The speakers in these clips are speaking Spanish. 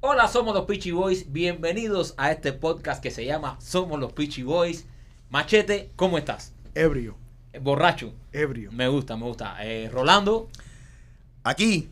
Hola, somos los Peachy Boys. Bienvenidos a este podcast que se llama Somos los Peachy Boys. Machete, ¿cómo estás? Ebrio, Eh, Borracho. ebrio. Me gusta, me gusta. Eh, Rolando, Aquí,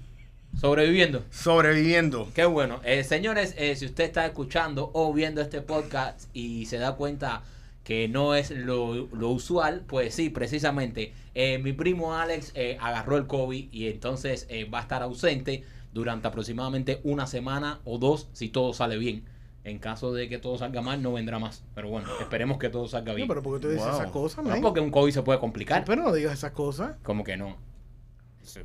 sobreviviendo. sobreviviendo. Qué bueno. Eh, señores, eh, si usted está escuchando o viendo este podcast y se da cuenta que no es lo, lo usual, pues sí, precisamente. eh, mi primo Alex eh, agarró el COVID y entonces eh, va a estar ausente durante aproximadamente una semana o dos si todo sale bien. En caso de que todo salga mal, no vendrá más. Pero bueno, esperemos que todo salga No, bien. pero ¿por qué tú dices Wow. esas cosas, No, man? porque un COVID se puede Sí, complicar. Pero no digas esas cosas. Como que no.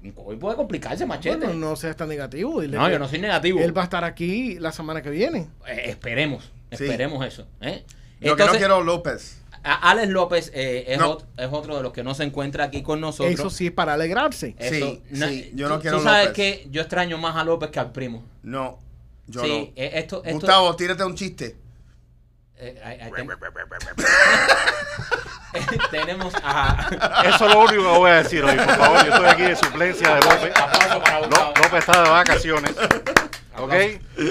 Un COVID puede complicarse, machete. Bueno, no seas tan negativo. Dile no, que yo no soy negativo. Él va a estar aquí la semana que viene. Eh, esperemos, Sí. esperemos eso. ¿eh? Lo que no Entonces, quiero López. a- Alex López eh, es, No. ot- es otro de los que no se encuentra aquí con nosotros. Eso sí es para alegrarse. Eso, Sí, na- sí, yo no tú- quiero Tú sabes López. que yo extraño más a López que al primo. No, yo sí, no. eh, esto, esto- Gustavo, tírate un chiste. eh, ahí- ahí ten- tenemos a. Eso es lo único que voy a decir hoy, por favor. Yo estoy aquí de suplencia de López. Aplauso para Ló- Gustavo. López está de vacaciones. ¿Ok?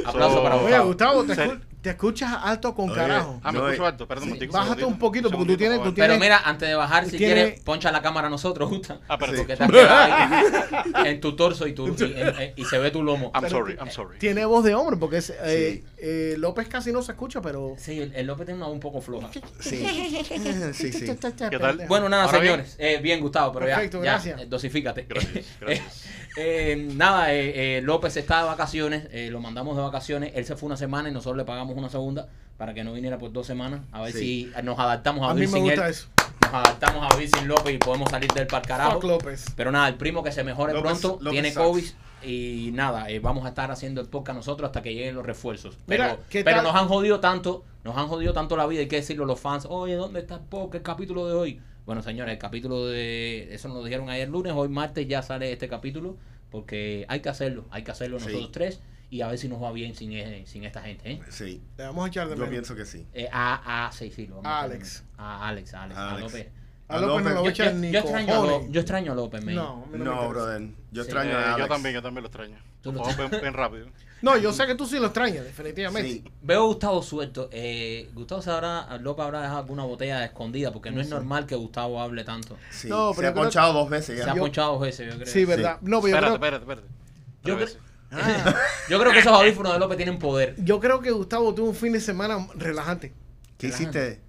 Aplauso para Oye, Gustavo. Gustavo, te, Sí. escu- te escuchas alto con Oye. carajo. Ah, me No, escucho eh, alto, perdón. sí. me estoy- Bájate un poquito, porque tú tienes- tú por favor. Pero tienes- mira, antes de bajar, si tiene- quieres, poncha la cámara a nosotros, Justa. Ah, perdón. Porque te has quedado ahí en tu torso y, tu, y, en- eh, y se ve tu lomo. Ah. I'm sorry, I'm sorry. Tiene voz de hombre, porque es, eh, eh, López casi no se escucha, pero. Sí, el, el López tiene una voz un poco floja. Sí. sí, sí. ¿Qué tal? Bueno, nada, ¿Ahora bien? señores. Eh, Bien? Gustavo, pero Perfecto, ya. gracias. ya, eh, dosifícate. Gracias, gracias. Eh, eh, nada, eh, eh, López está de vacaciones. eh, lo mandamos de vacaciones. Él se fue una semana y nosotros le pagamos una segunda para que no viniera por dos semanas. A ver Sí. si nos adaptamos a, A mí vivir me sin gusta él. eso. Nos adaptamos a vivir sin López y podemos salir del par carajo. Fuck López. Pero nada, el primo que se mejore López- pronto López tiene sucks. COVID. Y nada, eh, vamos a estar haciendo el podcast nosotros hasta que lleguen los refuerzos. Pero, Mira, ¿qué pero tal? nos han jodido tanto, nos han jodido tanto la vida, hay que decirlo a los fans, oye, ¿dónde está el podcast, el capítulo de hoy? Bueno, señores, el capítulo de... Eso nos lo dijeron ayer lunes, hoy martes ya sale este capítulo, porque hay que hacerlo, hay que hacerlo Sí. nosotros tres y a ver si nos va bien sin, eh, sin esta gente. ¿eh? Sí, Le vamos a echar de yo menos. pienso que sí. Eh, a, a, sí, sí, lo vamos a hacer. Alex. A Alex, a Alex, a Alex. López. A López no lo voy a Yo, echar yo- ni yo extraño a Lo- cojones. yo extraño a López, man. No, a mí no me No, interesa. brother. Yo Sí, extraño Eh, a Alex. yo también, yo también lo extraño. Tú Por lo favor, ven, ven rápido. No, yo sé que tú sí lo extrañas, definitivamente. Sí. Veo a Gustavo suelto. Eh, Gustavo se habrá, López habrá dejado alguna botella escondida porque no es normal que Gustavo hable tanto. Sí, No, se pero ha creo- ponchado dos veces Se ha ya. Yo- ponchado dos veces, yo creo. Sí, verdad. No, pero yo Espérate, creo, espérate, espérate. Yo Tres creo- veces. Yo creo que esos audífonos de López tienen poder. yo creo que Gustavo tuvo un fin de semana relajante. ¿Qué hiciste,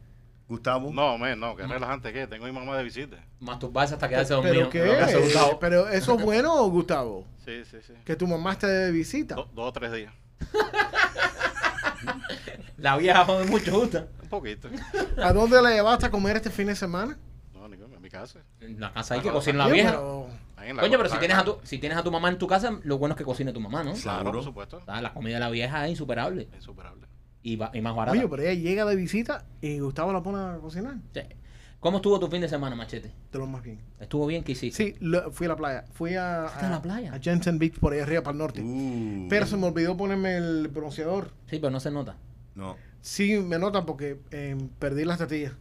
Gustavo? No, men, no, que relajante que tengo a mi mamá de visita. Masturbarse hasta quedarse dormido. ¿Pero es lo que hace qué? Gustavo. Pero eso es bueno, Gustavo. Sí, sí, sí. Que tu mamá esté de visita. Do- dos o tres días. La vieja jode mucho, Gusta. Un poquito. ¿A dónde la llevaste a comer este fin de semana? No, ni en mi casa. En la casa hay que Claro, cocinar la Oye, vieja. pero- Ahí en la Coño, pero si la- tienes a tu, si tienes a tu mamá en tu casa, lo bueno es que cocine tu mamá, ¿no? Claro, Seguro. por supuesto. Ah, La comida de la vieja es insuperable Insuperable. y, va- y más barata. Oye, pero ella llega de visita y Gustavo la pone a cocinar. Sí. ¿Cómo estuvo tu fin de semana, Machete? De lo más bien. ¿Estuvo bien? ¿Qué hiciste? Sí, lo- fui a la playa. Fui a, ¿Fuiste a la playa? a Jensen Beach por ahí arriba para el norte. Uh, Pero se me olvidó ponerme el bronceador. Sí, pero no se nota. No. Sí, me notan porque eh, perdí las tetillas.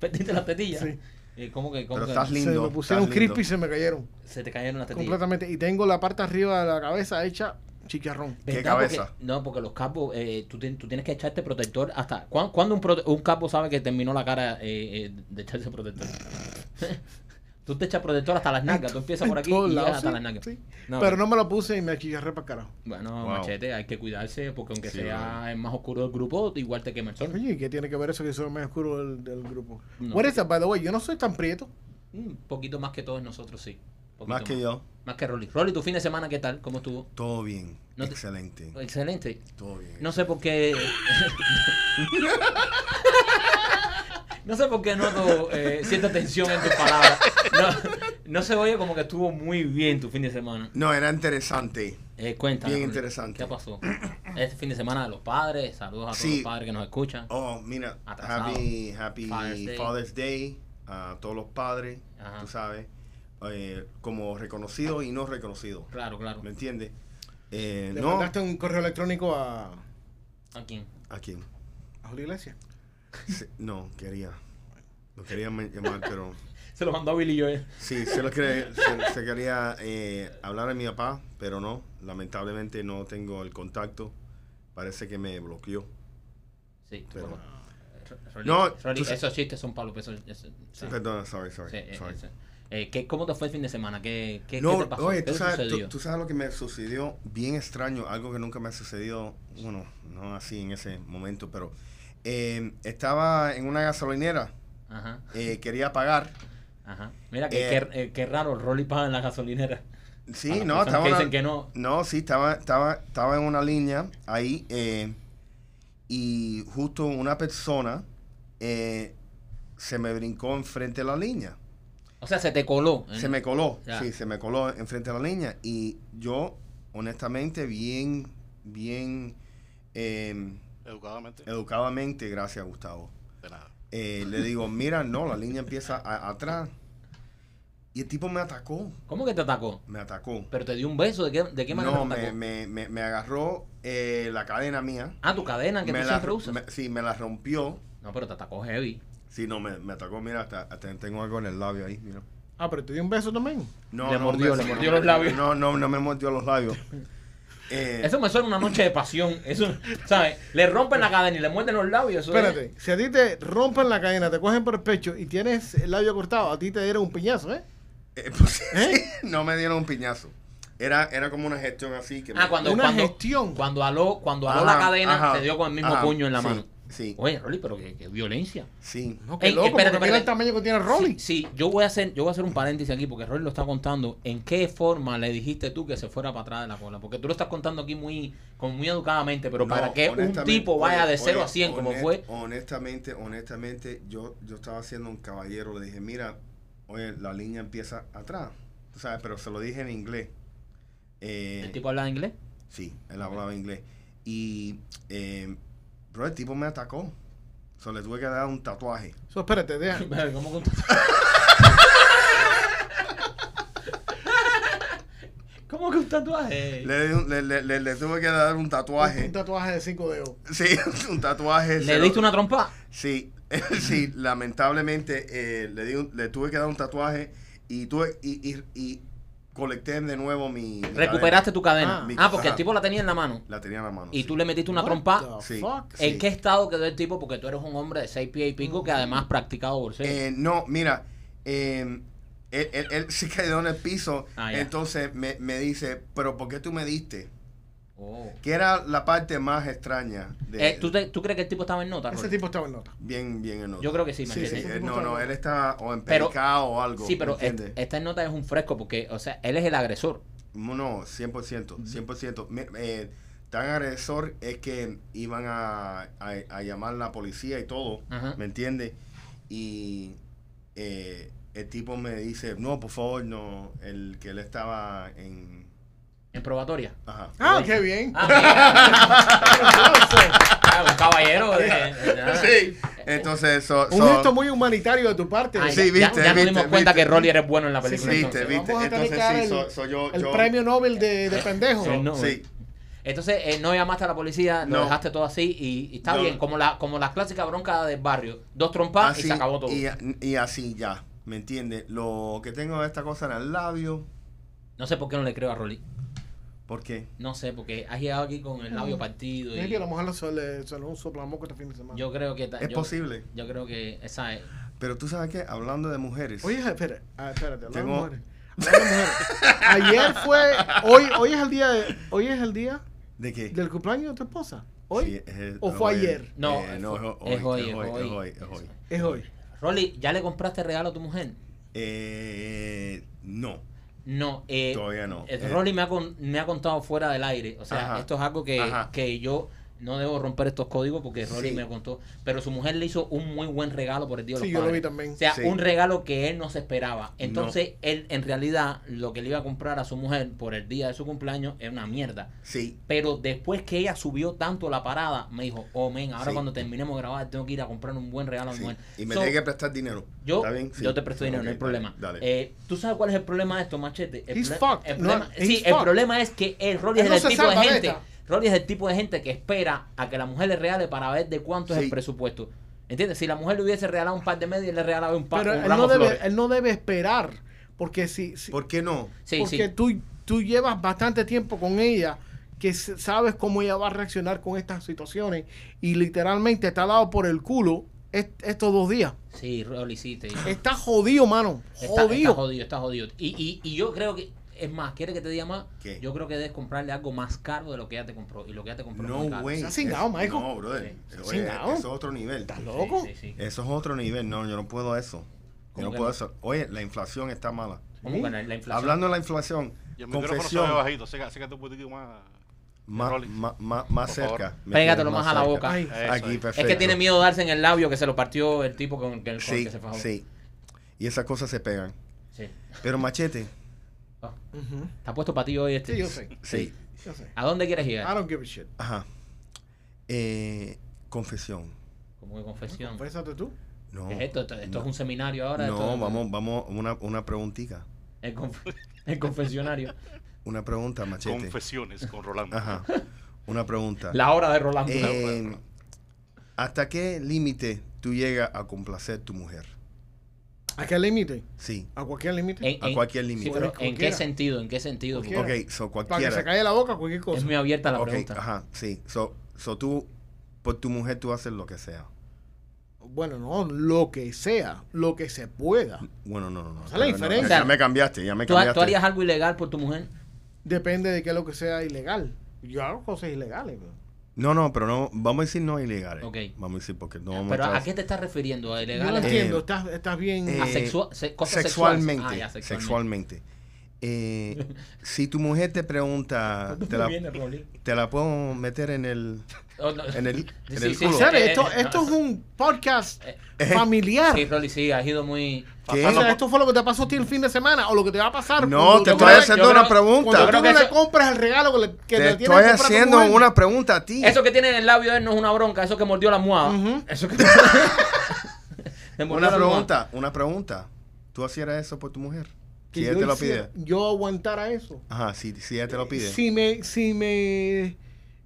Perdiste las tetillas. Sí. Eh, ¿Cómo que? cómo Pero que estás se lindo. me pusieron estás lindo. crispy y se me cayeron. se te cayeron las tetillas? Completamente. Y tengo la parte arriba de la cabeza hecha chicharrón. ¿Qué ¿Verdad? Porque- cabeza? no, porque los capos, eh, tú, tien- tú tienes que echarte protector hasta... ¿cuán- ¿Cuándo un, prote- un capo sabe que terminó la cara eh, eh, de echarse protector? tú te echas protector hasta las nalgas, tú empiezas por aquí todos y lados, llegas hasta sí, las nalgas. sí. No, eh. Pero no me lo puse y me achicharré para carajo. Bueno, Wow. machete, hay que cuidarse porque aunque Sí, sea el más oscuro del grupo, igual te quema el sol. Oye, ¿y ¿qué tiene que ver eso que soy el más oscuro del, del grupo? No. What is that, by the way? Yo no soy tan prieto. Un Mm, poquito más que todos nosotros, sí. Poquito Más que yo. Más que Rolly. Rolly, tu fin de semana, ¿qué tal? ¿Cómo estuvo? Todo bien. No te- Excelente. Excelente. Todo bien. No sé por qué. No sé por qué noto eh, cierta tensión en tus palabras. No, no se oye como que estuvo muy bien tu fin de semana. No, era interesante. Eh, cuéntame. Bien Rolly, interesante. ¿Qué pasó? Este fin de semana de los padres. Saludos a todos Sí. los padres que nos escuchan. Oh, mira, Atrasado. happy, happy Father's Father's Day. Day. a todos los padres, Ajá. tú sabes, eh, como reconocidos y no reconocidos, Claro, claro. ¿me entiendes? Eh, Le no, mandaste un correo electrónico a, ¿A quién? ¿a quién? a Julio Iglesias. Se- no, quería, lo quería me- llamar, pero Se lo mandó a Billy eh. Joel. Sí, se, lo que- se- se quería eh, hablar a mi papá, pero no. Lamentablemente no tengo el contacto. Parece que me bloqueó. Sí. Pero, bueno. Rolly, No, Rolly, tú sa- esos chistes son palos. Eso, eso- sí, Perdona, sorry, sorry. eh, eh, sorry. eso. Eh, ¿qué- ¿Cómo te fue el fin de semana? ¿Qué, qué, No, qué te pasó? oye, ¿Qué tú te sabes, tú, sucedió? tú sabes lo que me sucedió bien extraño, algo que nunca me ha sucedido, bueno, no así en ese momento, pero eh, estaba en una gasolinera, Ajá, eh, quería pagar. ajá. Mira, que, Eh, qué, eh, qué raro, Rolly paga en la gasolinera. A Sí, las no, personas estaba. que una- dicen que no. No, sí, estaba, estaba, estaba en una línea ahí eh, y justo una persona eh, se me brincó enfrente de la línea. O sea, se te coló. Se me coló, Ya. sí, se me coló enfrente de la línea. Y yo, honestamente, bien, bien eh, Educadamente. educadamente, gracias Gustavo, De nada. eh, le digo, mira, no, la línea empieza a- atrás. Y el tipo me atacó, ¿Cómo que te atacó? me atacó. ¿Pero te dio un beso? ¿De qué, de qué manera No, te me, atacó? me, me, me agarró eh, la cadena mía. Ah, tu cadena que me tú la- siempre usas. me- sí, me la rompió. No, pero te atacó heavy. Sí, no, me, me atacó. Mira, hasta, hasta tengo algo en el labio ahí. Mira. Ah, pero te dio un beso también. No, Le no, mordió, me- le mordió los labios. No, no, no me mordió los labios. Eh, Eso me suena una noche de pasión. Eso, ¿sabes? Le rompen la cadena y le muerden los labios. eso es- Espérate, si a ti te rompen la cadena, te cogen por el pecho y tienes el labio cortado, a ti te dieron un piñazo, ¿eh? eh, pues, ¿Eh? no me dieron un piñazo. Era, era como una gestión así. Que Ah, me- cuando, Una cuando, gestión. Cuando aló, cuando aló Ajá, la cadena, ajá, te dio con el mismo ajá, puño en la sí, mano. Sí, Oye, Rolly, pero qué, qué violencia. sí. No, qué Ey, loco, espérate, porque mira el espérate. tamaño que tiene Rolly. Sí, sí, yo voy a hacer, yo voy a hacer un paréntesis aquí porque Rolly lo está contando. ¿En qué forma le dijiste tú que se fuera para atrás de la cola? Porque tú lo estás contando aquí muy, como muy educadamente, pero No, para que un honestamente, tipo vaya oye, de 0 a oye, 100 como honest- fue. Honestamente, honestamente, yo, yo estaba siendo un caballero. Le dije, mira, oye, la línea empieza atrás. Tú sabes, pero se lo dije en inglés. Eh, ¿El tipo habla inglés? Sí, él hablaba inglés. Y, eh, bro, el tipo me atacó. So, le tuve que dar un tatuaje. Eso, espérate, deja. ¿Cómo con tu- ¿Cómo que un tatuaje? Le, Le, di un- le- le- le- le tuve que dar un tatuaje. Un tatuaje de cinco dedos. Sí, un tatuaje. se lo- diste una trompa? Sí, sí, lamentablemente eh, le, di un- le tuve que dar un tatuaje y tuve y, y, y colecté de nuevo mi. mi Recuperaste tu cadena. Ah, Ah, mi- porque el ajá. tipo la tenía en la mano. cadena. La tenía en la mano. Y sí. tú le metiste una What trompa. the Sí. fuck? ¿En Sí. qué estado quedó el tipo? Porque tú eres un hombre de 6 pies y Mm. pico que además has practicado boxeo. Eh, no, mira, eh, él, él- él se quedó en el piso. Ah, ya. entonces me, me dice, ¿pero por qué tú me diste? Oh. Que era la parte más extraña de. Eh, ¿tú, te- tú crees que el tipo estaba en nota? Ese Rolly? tipo estaba en nota. Bien, bien en Yo creo que sí, me Sí, Sí, entiendes? sí. eh, no, no, él está o Pero- empericado o algo. Sí, pero ¿me entiendes? est- esta en nota es un fresco porque, o sea, él es el agresor. No, 100%, 100%. Me- eh, tan agresor es que iban a, a, a llamar la policía y todo, Ajá. ¿me entiendes? Y eh, el tipo me dice, no, por favor, no, el que él estaba en... En probatoria. Ajá. Ah, Sí. qué bien. Ah, mira. Ah, un caballero. de- de- de- eh. Sí, entonces eso... Un gesto muy humanitario de tu parte. Ah, ya- Sí, ya, viste, ya nos viste, dimos cuenta viste. que Rolly eres bueno en la película. viste, entonces. viste. Vamos a tener que Entonces dar sí, el, so- so yo- el yo- premio Nobel de, de pendejo. Sí, no. Sí, Entonces, eh, no llamaste a la policía, lo No. dejaste todo así y, y está No. bien, como la como las clásicas broncas del barrio. Dos trompas así, y se acabó todo. y, y así ya, ¿me entiendes? Lo que tengo es esta cosa en el labio, No sé por qué no le creo a Rolly. ¿por qué? No sé, porque has llegado aquí con el Mm. labio partido. y- Maybe a lo mejor se le, se le un soplamoco este fin de semana. yo creo que ta- Es yo- posible. Yo creo que esa es. Pero tú sabes qué, hablando de mujeres. Oye, espera, ah, espérate, hablando de Tengo- mujeres. Hablando de mujeres. Ayer fue, hoy, hoy es el día de- hoy es el día ¿De qué? del cumpleaños de tu esposa. Hoy Sí, es el- o fue hoy. ayer. No, Eh, es no, hoy, es es hoy, hoy, es es hoy, es hoy. hoy, es hoy. es hoy. Rolly, ¿ya le compraste regalo a tu mujer? Eh, no, No, eh, todavía no. eh, Eh, Rolly me ha, con- me ha contado fuera del aire. O sea, Ajá. esto es algo que, Ajá. que yo no debo romper estos códigos porque Rolly Sí. me contó. Pero su mujer le hizo un muy buen regalo por el Día de Sí, los yo lo vi Padres. también. O sea, Sí. un regalo que él no se esperaba. Entonces, él en realidad lo que le iba a comprar a su mujer por el día de su cumpleaños es una mierda. sí, Pero después que ella subió tanto la parada, me dijo, oh, men, ahora Sí. cuando terminemos de grabar tengo que ir a comprar un buen regalo a mi sí. mujer. Y me So, tiene que prestar dinero. yo, ¿Está bien? Sí. yo te presto dinero, Ok, no hay dale, problema. Dale. Eh, ¿Tú sabes cuál es el problema de esto, Machete? El, He's proble- fucked. el No, problema, he's sí, el fucked. problema es que el Rolly Él es no el se tipo salva de de gente. esta. Rolly es el tipo de gente que espera a que la mujer le regale para ver de cuánto es Sí. el presupuesto. ¿Entiendes? Si la mujer le hubiese regalado un par de medias, le regalaba un par Pero un él ramo no, de debe, flores. él no debe esperar, porque si, si- ¿Por qué no? Sí, porque sí. Tú, tú llevas bastante tiempo con ella, que s- sabes cómo ella va a reaccionar con estas situaciones y literalmente te ha dado por el culo est- estos dos días. Sí, Rolly, sí, te digo. Está jodido, mano. Está Jodido. jodido. Está jodido, está jodido. Y, y, y yo creo que, es más, ¿quiere que te diga más? ¿Qué? Yo creo que debes comprarle algo más caro de lo que ya te compró. Y lo que ya te compró es No muy caro. way. Se ha cingado, Es- Michael. No, brother. Sí, se ha Oye, cingado. eso es otro nivel. ¿Estás Sí, loco? sí, sí. Eso es otro nivel. No, yo no puedo eso. Yo ¿Cómo no que puedo no? eso. Oye, la inflación está mala. ¿Cómo que la, la inflación? Hablando de la inflación, Y el micrófono se ve confesión bajito, seca- sécate un poquito más. ma- Rolly. ma- ma- más Por favor. cerca. Me Pégatelo tienes más a la cerca. boca. Ay, Eso Aquí, es. es perfecto. que tiene miedo darse en el labio que se lo partió el tipo con, con el con el Sí, que se fajó. sí. Y esas cosas se pegan. Sí. Pero machete, Ujú. Está puesto para ti hoy este. Sí, yo sé. sí. Yo sé. ¿A dónde quieres I llegar? don't give a shit. Ajá. Eh, confesión. Como que confesión. ¿Qué Confiésate tú. No. es esto? ¿Esto, esto no. es un seminario ahora? Esto No, es- vamos, vamos, una, una preguntica. El, conf- el confesionario. Una pregunta, machete. Confesiones con Rolando. Ajá. Una pregunta. La hora de Rolando. Eh, ¿Hasta qué límite tú llegas a complacer tu mujer? ¿A qué límite? Sí. ¿A cualquier límite? En- a en- cualquier sí, límite. pero ¿En qué Cualquiera. sentido? ¿En qué sentido? Cualquiera. Porque Ok, so Para que se cualquiera. calle la boca, cualquier Es cosa. muy abierta la Ok, pregunta. ajá, sí. So, so tú, por tu mujer, tú haces lo que sea. Bueno, no, lo que sea, lo que se pueda. Bueno, no, no, no. O sea, la pero no, diferencia. ya me cambiaste, ya me ¿Tú, ha- cambiaste. tú harías algo ilegal por tu mujer? Depende de qué es lo que sea ilegal. Yo hago cosas ilegales. bro. No, no, pero no, vamos a decir no ilegales. Ok. Vamos a decir porque no vamos ¿Pero a a estar- qué te estás refiriendo? ¿A Yo no ilegales? entiendo, estás, estás bien. eh, Asexua- se- cosas sexuales. sexualmente, Ah, ya, sexualmente. sexualmente. Eh, si tu mujer te pregunta, te la, te la puedo meter en el, Oh, no. en el, en el sí, culo. Señores, eh, esto, eh, esto no, es un podcast eh, familiar. Sí, Rolly, sí, has ido muy... ¿Qué? O sea, esto fue lo que te pasó a ti el fin de semana o lo que te va a pasar. No, cuando te tú estoy le- haciendo yo creo- una pregunta. Cuando Yo creo tú que no le eso- compras el regalo que le, que Te le tienes estoy que comprar a tu haciendo mujer. una pregunta a ti. Eso que tiene en el labio él no es una bronca, eso que mordió la muada. Ujú. Eso que... Le mordió la una almohada. pregunta, una pregunta. ¿Tú hacieras eso por tu mujer? Que Si ella yo te lo hiciera- pide. Yo aguantara eso. Ajá, si, si ella te lo pide. Si me, si me,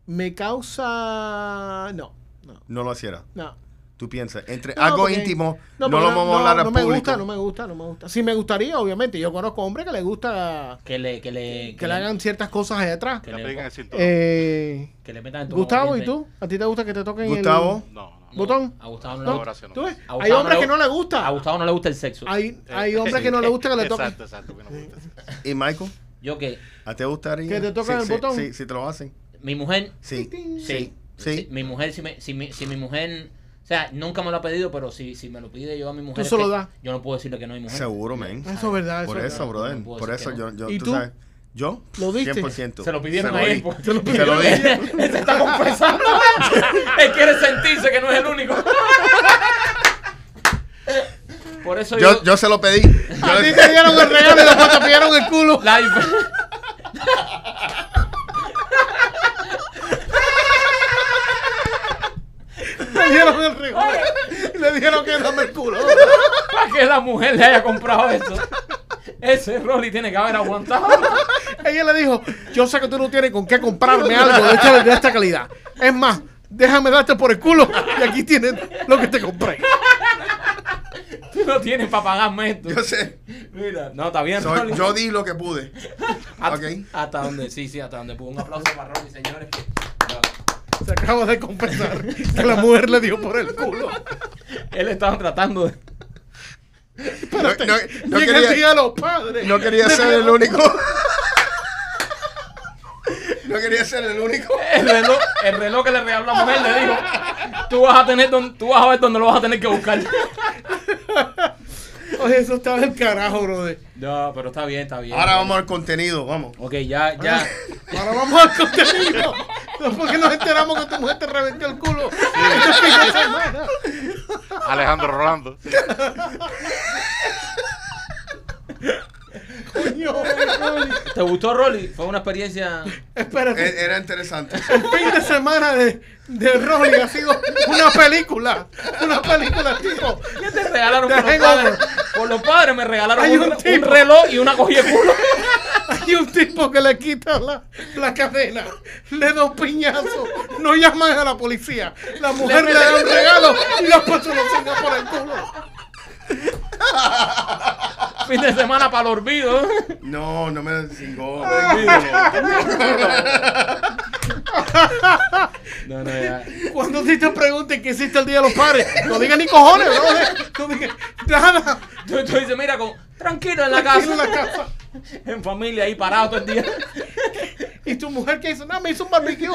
me causa. No, no, No lo hiciera. no. Tú piensas, entre No, algo porque- íntimo, no, No, lo porque vamos a no, hablar al no me público. gusta, no me gusta, no me gusta. Si me gustaría, obviamente. Yo conozco hombres que les gusta Que le, Eh, que le, que, le hagan ciertas cosas allá atrás. que La le- pegan en el cinturón. Eh, que le metan en tu Gustavo, ¿y dientes. tú? ¿A ti te gusta que te toquen el- Gustavo, No, no. no. ¿Botón? A Gustavo no, No, le gusta. gracias, no. ¿Tú ves? A Gustavo Hay hombres no le- que no le gusta. A Gustavo no le gusta el sexo. Hay, Eh, hay hombres que no le gusta que le toquen. Exacto, exacto. Que no le gusta. ¿y Michael? Yo que ¿A te gustaría? ¿Que te tocan Sí, el sí, botón? Sí, sí, te lo hacen. mi mujer Sí, Ting, ting. sí, Sí. sí. Mi mujer, si, me, si, mi, si mi mujer. O sea, nunca me lo ha pedido, pero si, si me lo pide yo a mi mujer. Tú es se lo que das. Yo no puedo decirle que no hay mujer. Seguro, men. Ah, Eso es verdad. Por es eso, verdad. brother. No puedo Por decir eso que yo, yo ¿Y tú? sabes. ¿Yo? ¿Lo diste? 100%. Se lo pidieron pues. Se a él. di. porque- Se lo dije. Él se está confesando. ¿eh?". él quiere sentirse que no es el único. Por eso yo. Yo, yo se lo pedí. Yo A ti le- te dieron el regalo y después te pillaron el culo. La dif- Le dieron el regalo. Y Le dijeron que dame el culo. para que la mujer le haya comprado eso. Ese Rolly tiene que haber aguantado. Ella le dijo, yo sé que tú no tienes con qué comprarme algo de esta, de esta calidad. Es más, déjame darte por el culo y aquí tienes lo que te compré. Tú no tienes para pagarme esto. Yo sé. Mira, no, está bien, So, Rolly. yo di lo que pude. Hasta, Ok. hasta donde, sí, sí, hasta donde pudo. Un aplauso para Rolly, señores. Se acaba de compensar que la mujer le dio por el culo. Él estaba tratando de. No, no- no y en el quería, día de los padres. no quería ser el único. No quería ser el único. El reloj, el reloj que le regaló la mujer le dijo: Tú vas a tener don- tú vas a ver dónde lo vas a tener que buscar. Oye, eso estaba del carajo, brother. No, pero está bien, está bien. Ahora vamos al contenido, vamos. Ok, ya, ya. Ahora vamos al contenido. No, porque nos enteramos que tu mujer te reventó el culo. Este fin de semana. Alejandro Rolando. sí. Coño, Rolly. ¿Te gustó Rolly? Fue una experiencia. Espérate. E- Era interesante. El fin de semana de, de Rolly ha sido una película. Una película, tipo. ¿Qué te regalaron Te por los tengo- padres? Por los padres me regalaron Hay un, un un tipo. reloj y una cogida de culo. Hay Y un tipo que le quita la, la cadena, le da un piñazo, no llaman a la policía. La mujer le, da un regalo y después se lo chinga por el culo. Fin de semana para el olvido. No, no me lo chingó. No, no, ya. Cuando si te pregunten qué hiciste el día de los padres, no digas ni cojones, bro. No digas nada. Tú, tú dices, mira, como, tranquilo en la Tranquilo en la casa. casa. En familia ahí parado todo el día. Y tu mujer que hizo, no, me hizo un barbecue.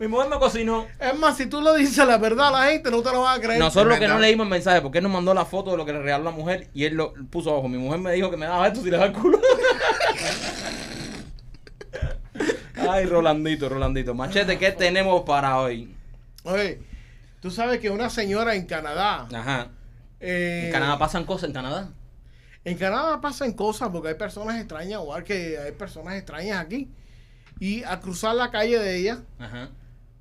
Mi mujer no cocinó. Es más, si tú le dices la verdad a la gente, no te lo van a creer. Nosotros lo que verdad. no leímos el mensaje, porque él nos mandó la foto de lo que le regaló la mujer y él lo puso abajo. Mi mujer me dijo que me daba esto si le da el culo. Ay, Rolandito, Rolandito. Machete, ¿qué tenemos para hoy? Oye, tú sabes que una señora en Canadá. Ajá. eh, ¿En Canadá pasan cosas en Canadá? En Canadá pasan cosas porque hay personas extrañas, igual que hay personas extrañas aquí. Y a cruzar la calle de ella, Ajá.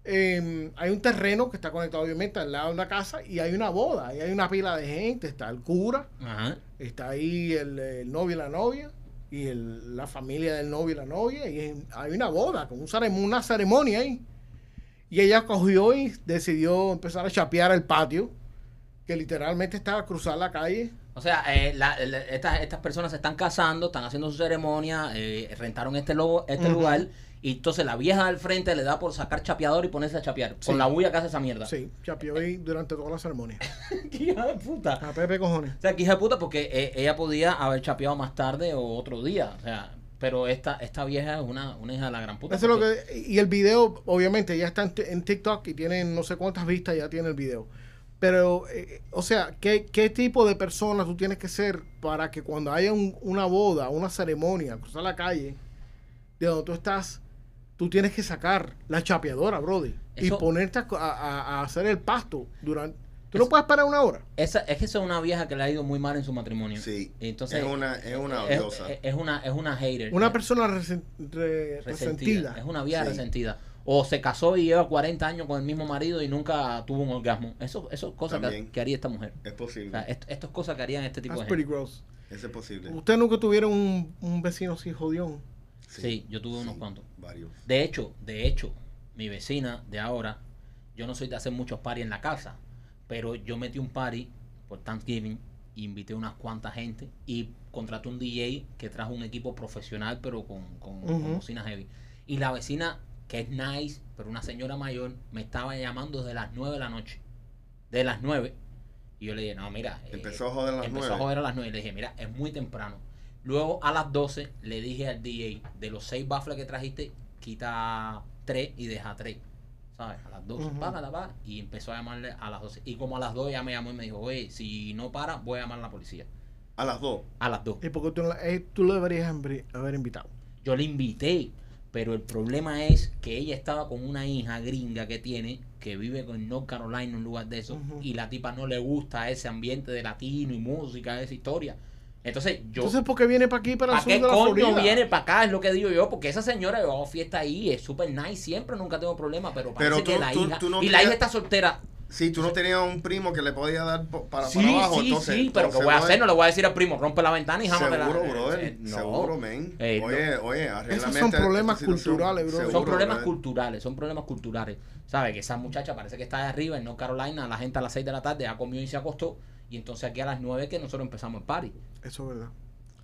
eh, hay un terreno que está conectado obviamente al lado de una casa y hay una boda, y hay una pila de gente, está el cura, Ajá. está ahí el, el novio y la novia, y el- la familia del novio y la novia, y es- hay una boda, con un cerem- una ceremonia ahí. Y ella cogió y decidió empezar a chapear el patio, que literalmente estaba a cruzar la calle. O sea, eh, la- la- estas, estas personas se están casando, están haciendo su ceremonia, eh, rentaron este, lo- este Ujú. lugar y entonces la vieja del frente le da por sacar chapeador y ponerse a chapear. Sí. Con la bulla que hace esa mierda. Sí, chapeó ahí durante toda la ceremonia. Qué hija de puta. A Pepe cojones. O sea, que hija de puta porque eh, ella podía haber chapeado más tarde o otro día. O sea, pero esta, esta vieja es una, una hija de la gran puta. Eso es lo porque- que, y el video, obviamente, ya está en, t- en TikTok y tiene no sé cuántas vistas, ya tiene el video. Pero, eh, o sea, ¿qué, ¿qué tipo de persona tú tienes que ser para que cuando haya un- una boda, una ceremonia, cruzar la calle, de donde tú estás, tú tienes que sacar la chapeadora, brody, y Eso- ponerte a, co- a- a- a hacer el pasto durante... ¿Tú Eso- no puedes parar una hora? Esa, es que esa es una vieja que le ha ido muy mal en su matrimonio. Sí. Y entonces, es una, es una es, odiosa. es- es una, es una hater. Una Es persona resen- re- resentida. Es una vieja Sí. resentida. O se casó y lleva 40 años con el mismo marido y nunca tuvo un orgasmo. Eso, eso es cosa que, También. que haría esta mujer. es O sea, posible. esto, esto es Uh, cosa que harían este tipo That's de pretty gente. gross. Eso es posible. Usted nunca tuvieron un, un vecino así jodión. Sí, yo tuve unos Sí, cuantos. Eh, Varios. De hecho, de hecho, mi vecina de ahora, yo no soy de hacer muchos parties en la casa, pero yo metí un party por Thanksgiving, invité unas cuantas gente y contraté un DJ que trajo un equipo profesional, pero con, con, con Ujú. bocinas heavy. Y la vecina, que es nice, pero una señora mayor, me estaba llamando desde las 9 de la noche. De las 9. Y yo le dije, no, mira. eh, Empezó a joder a las empezó nueve. a joder a las 9 y le dije, mira, es muy temprano. Luego a las 12 le dije al DJ, de los 6 baffles que trajiste, quita 3 y deja 3. ¿Sabes? A las 12, Ujú. págala, pa, y empezó a llamarle a las 12. Y como a las 2 ya me llamó y me dijo, oye, si no para, voy a llamar a la policía. A las dos. A las 2. ¿Y por qué tú, no la- eh, tú lo deberías embri- haber invitado? Yo le invité, pero el problema es que ella estaba con una hija gringa que tiene, que vive con North Carolina, un lugar de eso, Ujú. y la tipa no le gusta ese ambiente de latino y música, esa historia. Entonces yo... Entonces, ¿por qué viene para aquí, para el ¿Para sur de qué la coño Florida? viene para acá? Es lo que digo yo, porque esa señora yo hago fiesta ahí, es súper nice siempre, nunca tengo problema, pero parece Pero tú- que la tú- hija... tú no y la hija querías- está soltera. Sí, tú no tenías un primo que le podía dar po- para, para sí, abajo. sí, entonces, sí, pero ¿qué entonces, voy a brother, hacer? No le voy a decir al primo, rompe la ventana y jamás Seguro, la... brother. Eh, no. Seguro, men. Eh, no. oye, oye, arréglame Esos son esta- esta problemas situación. culturales, brother. Seguro, Son problemas brother. culturales, son problemas culturales. ¿Sabes? Que esa muchacha parece que está de arriba en North Carolina, la gente a las 6 de la tarde ya comió y se acostó, y entonces aquí a las 9 que nosotros empezamos el party. Eso es verdad.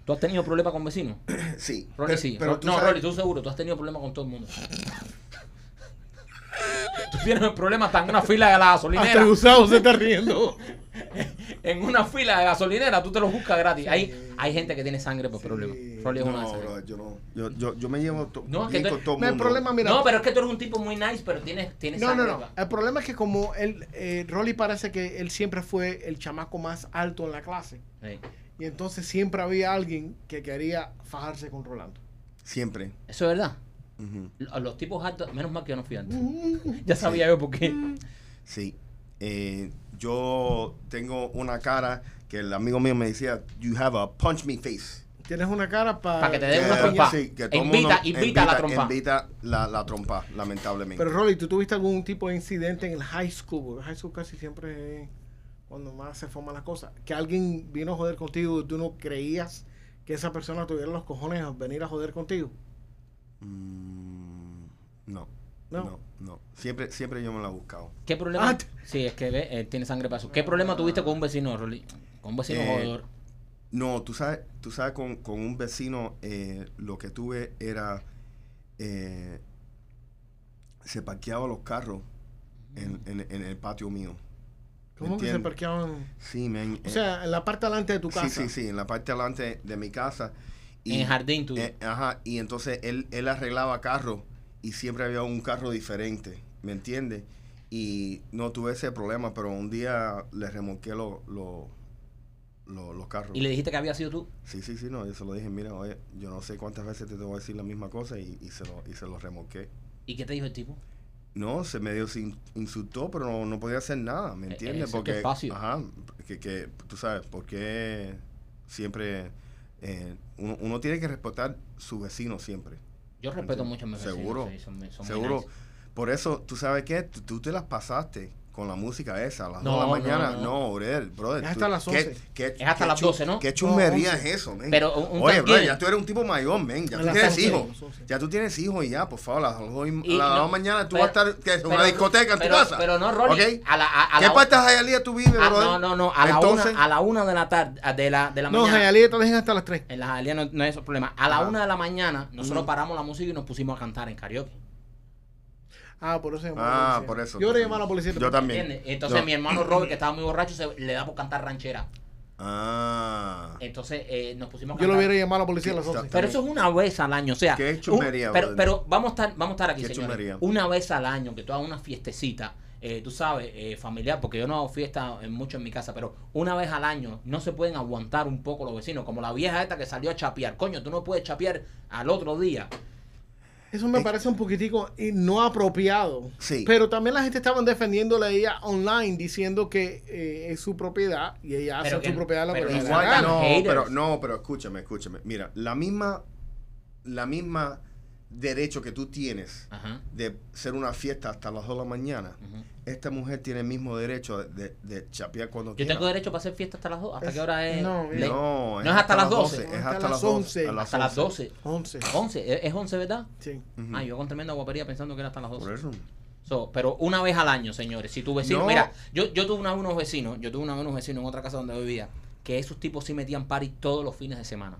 ¿Tú has tenido problemas con vecinos? Sí. Rolly sí. Ro- tú no, sabes- Rolly, tú seguro, tú has tenido problemas con todo el mundo. tú tienes problemas hasta en una fila de la Hasta gasolinera. Gustavo se está riendo. En una fila de gasolinera, tú te los buscas gratis. Hay, hay gente que tiene sangre por Sí. problemas. Rolly es No, una de esas brother, gente. yo no. Yo, yo, yo me llevo to, No, no, es que tú- todo el No, mundo. el problema, mira. No, pero es que tú eres un tipo muy nice, pero tienes, tienes no, no, sangre. no. pa- El problema es que como él, eh, Rolly parece que él siempre fue el chamaco más alto en la clase. Sí. Y entonces siempre había alguien que quería fajarse con Rolando. Siempre. Eso es verdad. Ujú. Lo- Los tipos altos, menos mal que yo no fui antes. Ya sabía yo por qué. Sí. Eh, yo tengo una cara que el amigo mío me decía, you have a punch me face. Tienes una cara para... Pa' que te den Eh, una trompa. Sí, que todo el Invita- mundo- invita a la trompa. Invita la, la trompa, lamentablemente. Pero Rolly, ¿tú tuviste algún tipo de incidente en el high school? Porque high school casi siempre es cuando más se forman las cosas. Que alguien vino a joder contigo y tú no creías que esa persona tuviera los cojones a venir a joder contigo? Mm, no. No. No. No, Siempre, siempre yo me la he buscado. ¿Qué problema? Ah, t- sí, es que ve, él tiene sangre para eso. ¿Qué problema tuviste con un vecino, Rolly? Con un vecino Eh, jodedor. No, tú sabes, tú sabes con, con un vecino eh, lo que tuve era... eh, se parqueaba los carros en, en- en el patio mío. ¿Me ¿Cómo que se entiendes? parqueaban? Sí, men. O eh, sea, en la parte delante de tu casa. Sí, sí, sí, en la parte delante de mi casa. en el jardín tuyo. eh, ajá, y entonces él, él arreglaba carros y siempre había un carro diferente, ¿me entiendes? Y no tuve ese problema, pero un día le remolqué lo- lo- lo- los carros. y le dijiste que había sido tú. Sí, sí, sí, no, yo se lo dije, mira, oye, yo no sé cuántas veces te tengo que decir la misma cosa y, y se, lo, y se lo remolqué. ¿Y qué te dijo el tipo? No, se medio se in- insultó, pero no, no podía hacer nada, ¿me Eh, entiendes? eso es que Porque, es fácil. ajá, que, que tú sabes, porque siempre eh, uno, uno tiene que respetar su vecino siempre, Yo respeto mucho a mis vecinos, Seguro. sí, son- son muy seguro. nice. Por eso, tú sabes qué, tú, tú te las pasaste con la música esa, a las No, dos de la no, mañana, no, no. brother, brother. Es tú- hasta las qué- 11. qué- Es hasta qué las chu- 12, ¿no? Qué chumería No, es 11. eso, men. Pero un- un Oye, brother, tanque- ya tú eres un tipo mayor, men, ya A tú las tienes 11, hijos, las 11. ya tú tienes hijos y ya, por favor, a las dos y- Y a las no, dos mañana tú pero- vas a estar que es una pero- discoteca en pero- tu casa. Pero no, Rolly. ¿ok? A la, a, a ¿Qué la- parte de Hialeah tú vives, Ah, brother? no, no, no. A la, Entonces, una, a la una de la tarde, a- de la, de la No, mañana. Jayalía te dejan hasta las 3. En las Jalía no, no hay esos problemas. A la Ajá. una de la mañana, nosotros Ujú. paramos la música y nos pusimos a cantar en karaoke. Ah, por eso llamó a la Ah, policía. por eso. Yo le entonces, llamé a la policía. Yo también. ¿Entiendes? Entonces Yo- mi hermano Robert, que estaba muy borracho, se, le da por cantar ranchera. Ah. Entonces eh, nos pusimos a cantar. Yo lo hubiera llamado a la policía a las Sí, está- 11. Pero eso es una vez al año, o sea. Qué un- chumería, pero, brother. pero vamos a estar, vamos a estar aquí, Qué señores. chumería. Una vez al año, que tú hagas una fiestecita, eh, tú sabes, eh, familiar, porque yo no hago fiesta en- mucho en mi casa, pero una vez al año no se pueden aguantar un poco los vecinos, como la vieja esta que salió a chapear. Coño, tú no puedes chapear al otro día. Eso me parece un poquitico y no apropiado. Sí. Pero también la gente estaba defendiéndole a ella online diciendo que eh, es su propiedad y ella Pero hace que- su propiedad lo que pero le da la igual gana. no. no, haters. pero no, pero escúchame, escúchame. Mira, la misma la misma derecho que tú tienes Ajá. de ser una fiesta hasta las 2 de la mañana. ujú. Esta mujer tiene el mismo derecho de, de, de chapear cuando Yo quiera. tengo derecho para hacer fiesta hasta las 2. ¿Hasta Es- qué hora es? no, Le- No, No es hasta las 12. Es hasta las 11. a hasta las 11. 12. 11. 11, ¿es- ¿es 11, verdad? Sí. Ujú. Ah, yo con tremenda guapería pensando que era hasta las 12. Por eso. So, pero una vez al año, señores. Si tu vecino, No. mira, yo, yo tuve una, unos vecinos, yo tuve una, unos vecinos en otra casa donde vivía, que esos tipos sí metían party todos los fines de semana.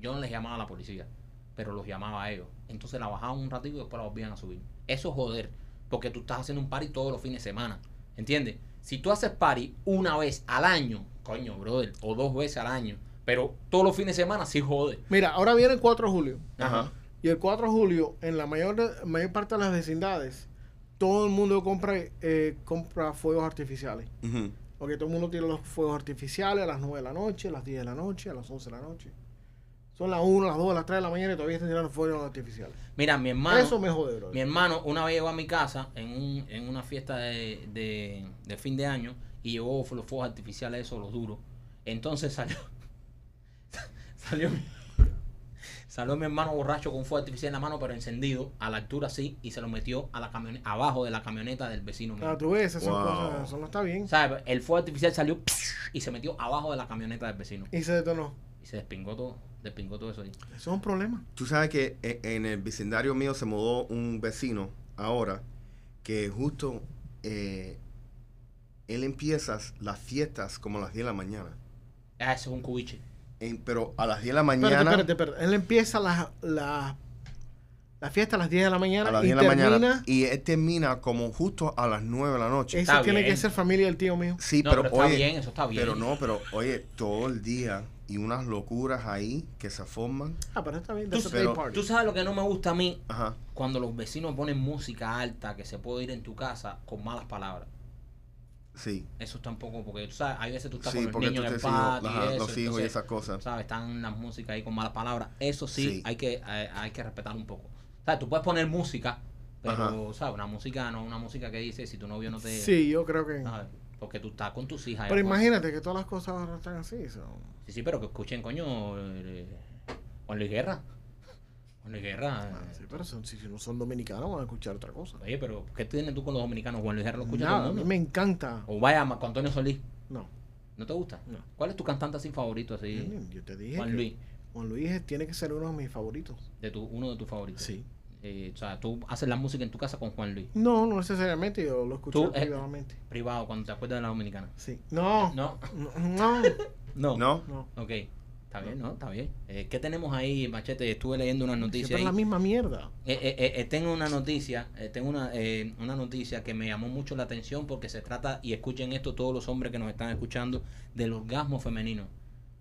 Yo no les llamaba a la policía, pero los llamaba a ellos. Entonces la bajaban un ratito y después la volvían a subir. Eso es joder, porque tú estás haciendo un party todos los fines de semana. ¿Entiendes? Si tú haces party una vez al año, coño, brother, o dos veces al año, pero todos los fines de semana sí jode. Mira, ahora viene el 4 de julio. Ajá. Ajá. Y el 4 de julio, en la mayor, mayor parte de las vecindades, todo el mundo compra, eh, compra fuegos artificiales. Ujú. Porque todo el mundo tiene los fuegos artificiales a las 9 de la noche, a las 10 de la noche, a las 11 de la noche. Son las 1, las 2, las 3 de la mañana y todavía están tirando fuegos artificiales. Mira, mi hermano. Eso me jode, bro. Mi hermano una vez llegó a mi casa en, un, en una fiesta de, de- de fin de año y llevó los fuegos artificiales esos, los duros. Entonces salió, salió, mi- salió mi hermano borracho con fuego artificial en la mano, pero encendido, a la altura así, y se lo metió a la camioneta, abajo de la camioneta del vecino mío. Ah, tú ves, esas son Wow. cosas, eso no está bien. ¿Sabes? El fuego artificial salió y se metió abajo de la camioneta del vecino. Y se detonó. Y se despingó todo, despingó todo eso ahí. Eso es un problema. Tú sabes que e- en el vecindario mío se mudó un vecino ahora que justo eh, él empieza las fiestas como a las 10 de la mañana. Ah, eso es un cubiche. En- pero a las 10 de la mañana. Espérate, espérate, espérate. Él empieza la, la, la fiesta a las 10 de la mañana A las y 10 de la termina. mañana. Y él termina como justo a las 9 de la noche. Esa Está tiene bien. que ser familia del tío mío. Sí, no, pero, pero, está oye, bien, eso está bien. Pero no, pero oye, todo el día y unas locuras ahí que se forman. Ah, pero está bien. Tú- that's a day pero- party. Tú sabes lo que no me gusta a mí, Ajá. cuando los vecinos ponen música alta que se puede ir en tu casa con malas palabras. Sí. Eso tampoco, porque tú sabes, hay veces tú estás Sí, con los porque tú niños en te el sigues patio ajá, y eso, los hijos y entonces, esas cosas. ¿sabes? Están las músicas ahí con malas palabras. Eso sí, Sí. Hay, que, eh, hay, que respetar un poco. O sea, tú puedes poner música, pero, Ajá. ¿sabes? Una música, no una música que dice si tu novio no te. Sí, yo creo que. ¿sabes? Porque tú estás con tus hijas. Pero ya, pues. imagínate que todas las cosas ahora están así. so. Sí, sí, pero que escuchen, coño. eh, Juan Luis Guerra. Juan Luis Guerra. Ah, eh, Sí, pero son- si no son dominicanos van a escuchar otra cosa. Oye, pero ¿qué tienes tú con los dominicanos? Juan Luis Guerra lo escucha Nada, todo a el mí mundo. Oh, me encanta. O vaya Marco Antonio Solís. No, ¿No te gusta? No. ¿Cuál es tu cantante así favorito así? yo te dije. Juan que Luis. Juan Luis tiene que ser uno de mis favoritos. De tu, uno de tus favoritos. Sí. Eh, o sea, tú haces la música en tu casa con Juan Luis. No, no necesariamente, yo lo escuché Tú, eh, privadamente. Privado, cuando te acuerdas de la dominicana. Sí. No. No. No, No. no. ¿No? no. Ok. Está bien, ¿no? Está bien. Eh, ¿Qué tenemos ahí, Machete? Estuve leyendo una noticia Siempre ahí. es la misma mierda. Eh, eh, eh, eh, tengo una noticia, eh, tengo una, eh, una noticia que me llamó mucho la atención porque se trata, y escuchen esto todos los hombres que nos están escuchando, del orgasmo femenino.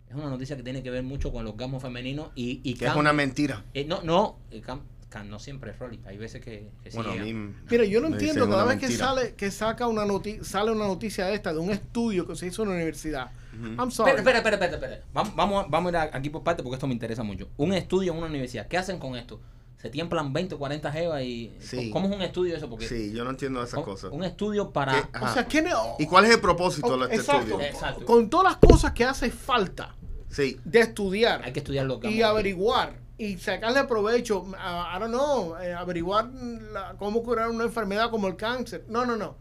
Es una noticia que tiene que ver mucho con el orgasmo femenino y, y Que es cam- una mentira. eh, no, no, eh, cam- cam- no siempre, Rolly. Hay veces que, que sí ¿eh? Bueno, a llega. mí. Mira, yo no me dicen entiendo cada una vez que mentira. sale, que saca una noti- sale una noticia de esta, de un estudio que se hizo en la universidad. Mm. Ujú. I'm sorry. Espera, espera, espera, espera, espera. Vamos, vamos, a, vamos a ir a- aquí por parte porque esto me interesa mucho. Un estudio en una universidad. ¿Qué hacen con esto? ¿Se tiemplan 20 o 40 jevas y Sí. cómo es un estudio eso? Porque Sí, yo no entiendo esas un, cosas. Oh, un estudio para... ¿Qué? O sea, Ajá. ¿quién es? oh, ¿Y cuál es el propósito de este Exacto. estudio? Exacto. Con todas las cosas que hace falta Sí. de estudiar Hay que estudiar los y averiguar y sacarle provecho, a- I don't know, eh, averiguar la- cómo curar una enfermedad como el cáncer. No, no, no.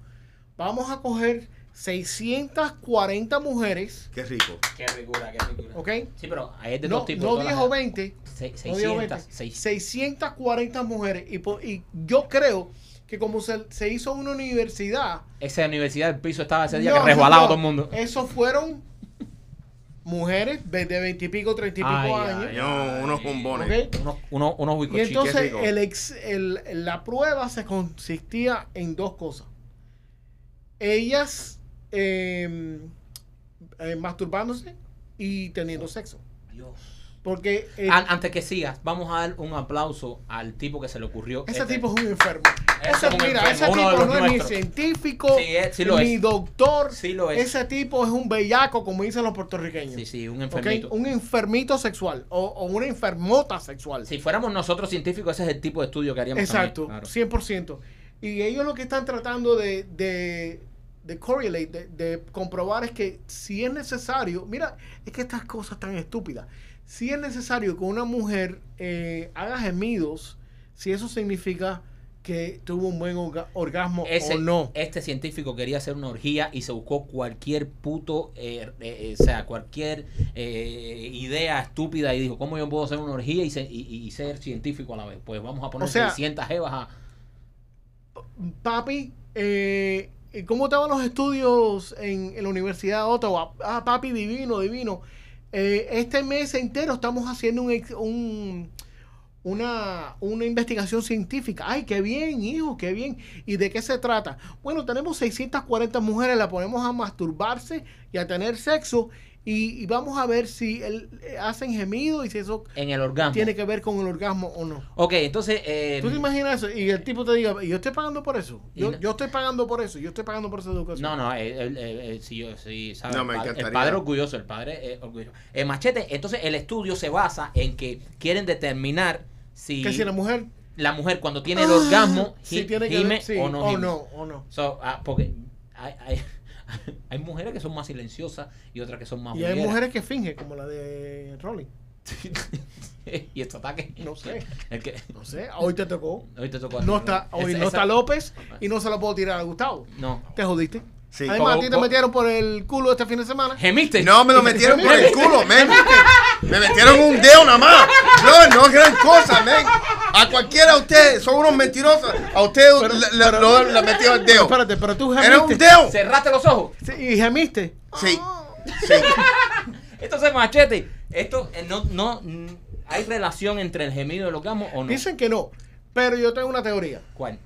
Vamos a coger 640 mujeres, Qué rico. Qué rigura, qué rigura. ¿ok? Sí, pero hay de No, dos tipos. no todas 10 las- o 20, se- No digo 20, 600. seis- 640 mujeres. Y, po- y yo creo que como se, se hizo una universidad... Esa universidad del piso estaba ese día No, que resbalaba no, Eh, todo el mundo. Eso fueron mujeres de 20 y pico, 30 y pico Ay, ay, años. No, unos bombones. ¿ok? Unos, unos, unos Y huicochitos. entonces rico. el ex- el- la prueba se consistía en dos cosas. Ellas eh, eh, masturbándose y teniendo sexo. Porque eh, An- antes que sigas, vamos a dar un aplauso al tipo que se le ocurrió. ese este- tipo es un enfermo. Ese Ese, es un enfermo, mira, ese uno de tipo los no es ni nuestros. científico, Sí, es- sí lo ni es. doctor. Sí lo es. Ese tipo es un bellaco, como dicen los puertorriqueños. Sí, sí, un ¿ok? enfermito. Un enfermito sexual o, o una enfermota sexual. Si fuéramos nosotros científicos, ese es el tipo de estudio que haríamos. Exacto, también, claro. 100%. Y ellos lo que están tratando de, de, de correlate, de, de comprobar es que si es necesario, mira, es que estas cosas tan estúpidas, si es necesario que una mujer eh, haga gemidos, si eso significa que tuvo un buen orga- orgasmo Ese- o no. Este científico quería hacer una orgía y se buscó cualquier puto, eh, eh, eh, o sea, cualquier eh, idea estúpida y dijo, ¿cómo yo puedo hacer una orgía y, se- y- y- y ser científico a la vez? Pues vamos a poner O sea- 600 jevas a... Papi, eh, ¿cómo estaban los estudios en, en la Universidad de Ottawa? Ah, papi, divino, divino. Eh, este mes entero estamos haciendo un, ex- un- una, una investigación científica. Ay, qué bien, hijo, qué bien. ¿Y de qué se trata? Bueno, tenemos 640 mujeres, las ponemos a masturbarse y a tener sexo y, y vamos a ver si el- eh, hacen gemido y si eso en el orgasmo. tiene que ver con el orgasmo o no. Ok, entonces... eh, ¿Tú te imaginas eso? Y el tipo te diga, yo estoy pagando por eso. Yo, Y no- yo estoy pagando por eso. Yo estoy pagando por esa educación. no, no, eh, el- el- el- si yo, si, ¿sabes? No, el, me padre, el encantaría. padre orgulloso, el padre eh, orgulloso. Eh, machete, entonces el estudio se basa en que quieren determinar si, Que si la mujer la mujer cuando tiene el orgasmo si gi- tiene que gime ver, sí, o no o gime. no, o no. So, ah, porque hay, hay, hay mujeres que son más silenciosas y otras que son más Y hay bulleras. mujeres que fingen, como la de Rolling. y este ataque. No sé, El que, no sé. Hoy te tocó. hoy te tocó No está, hoy Esa- esa- no está López y no se lo puedo tirar a Gustavo. No. Te jodiste. Sí. Además, a ti te Como- metieron por el culo este fin de semana. Gemiste. No, me lo metieron por el culo, men. Me metieron un dedo nada más. No, no es gran cosa, men. A cualquiera de ustedes, son unos mentirosos. A ustedes le, le- lo- le metieron el dedo. Espérate, pero tú Era un gemiste. dedo. Cerraste los ojos. Sí, Y gemiste. Sí. sí. Entonces, machete. Esto eh, no, no. mm, ¿Hay relación entre el gemido y el orgasmo o no? Dicen que no. Pero yo tengo una teoría. ¿Cuál?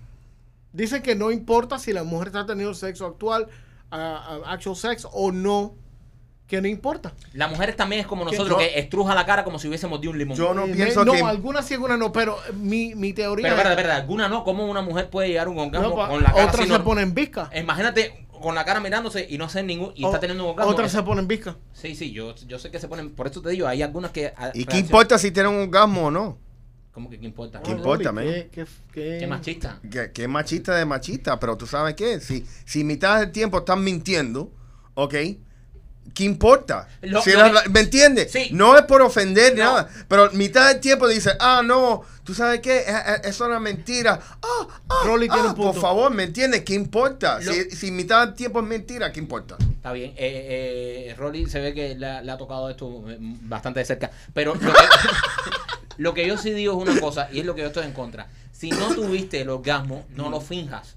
Dicen que no importa si la mujer está teniendo sexo actual, ah, ah, actual sex o no, que no importa. Las mujeres también es como nosotros, Yo- que estruja la cara como si hubiésemos de un limón. Yo no Eh, pienso no, que. algunas sí, algunas no, pero eh, mi, mi teoría pero, es- verdad, verdad, alguna no. ¿Cómo una mujer puede llegar a un orgasmo no, pa- con la cara otras así, se no- ponen visca. Imagínate con la cara mirándose y no hacer ningún. Y O- está teniendo un orgasmo. eh. Otras Eso- se ponen visca. Sí, sí, yo, yo sé que se ponen. Por eso te digo, hay algunas que. a- ¿Y qué reaccionan. importa si tienen un orgasmo o no? ¿Cómo que qué importa? ¿Qué importa, man? Qué, qué, qué- Qué machista. Que, que es machista de machista, pero tú sabes qué, si, si mitad del tiempo están mintiendo, ¿ok? ¿Qué importa? Lo- Si lo la- que- ¿Me entiendes? Sí. No es por ofender No. nada, pero mitad del tiempo dice, ah, no, tú sabes qué, e, es, es- es una mentira. Ah, ah, Rolly tiene ah, un punto. por favor, ¿me entiendes? ¿Qué importa? Lo- Si, si mitad del tiempo es mentira, ¿qué importa? Está Está bien. Eh, eh, Rolly se ve que le, ha- le ha tocado esto eh, bastante de cerca. Pero lo que, lo que yo sí digo es una cosa, y es lo que yo estoy en contra. Si no tuviste el orgasmo, no lo finjas.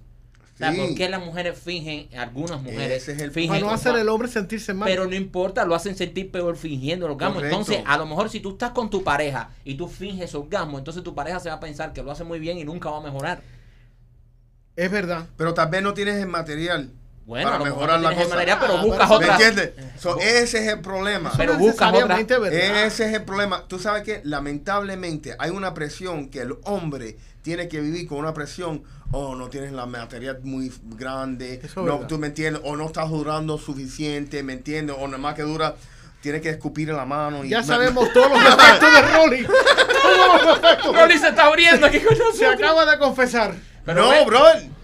O sea, Sí. ¿por qué las mujeres fingen, algunas mujeres Ese es el- fingen? Para no con- hacer el hombre sentirse mal. pero no importa, lo hacen sentir peor fingiendo el orgasmo. Correcto. Entonces, a lo mejor si tú estás con tu pareja y tú finges orgasmo, entonces tu pareja se va a pensar que lo hace muy bien y nunca va a mejorar. es verdad. Pero tal vez no tienes el material Bueno, a para lo mejor mejorar no la tienes el cosa. material, pero Ah, buscas pero- ¿Me otra. Eh. entiendes? So, ese es el problema. Pero No buscas otra. necesariamente es verdad. Ese es el problema. Tú sabes que lamentablemente hay una presión que el hombre tiene que vivir con una presión. O no tienes la material muy grande. Eso es No, verdad. tú me entiendes. O no estás durando suficiente. ¿Me entiendes? O nada más que dura. Tienes que escupir en la mano. Y Ya sabemos todos los defectos de Rolly. Todos los defectos. Rolly se está abriendo aquí con nosotros. Se acaba de confesar. Pero no, ve- bro.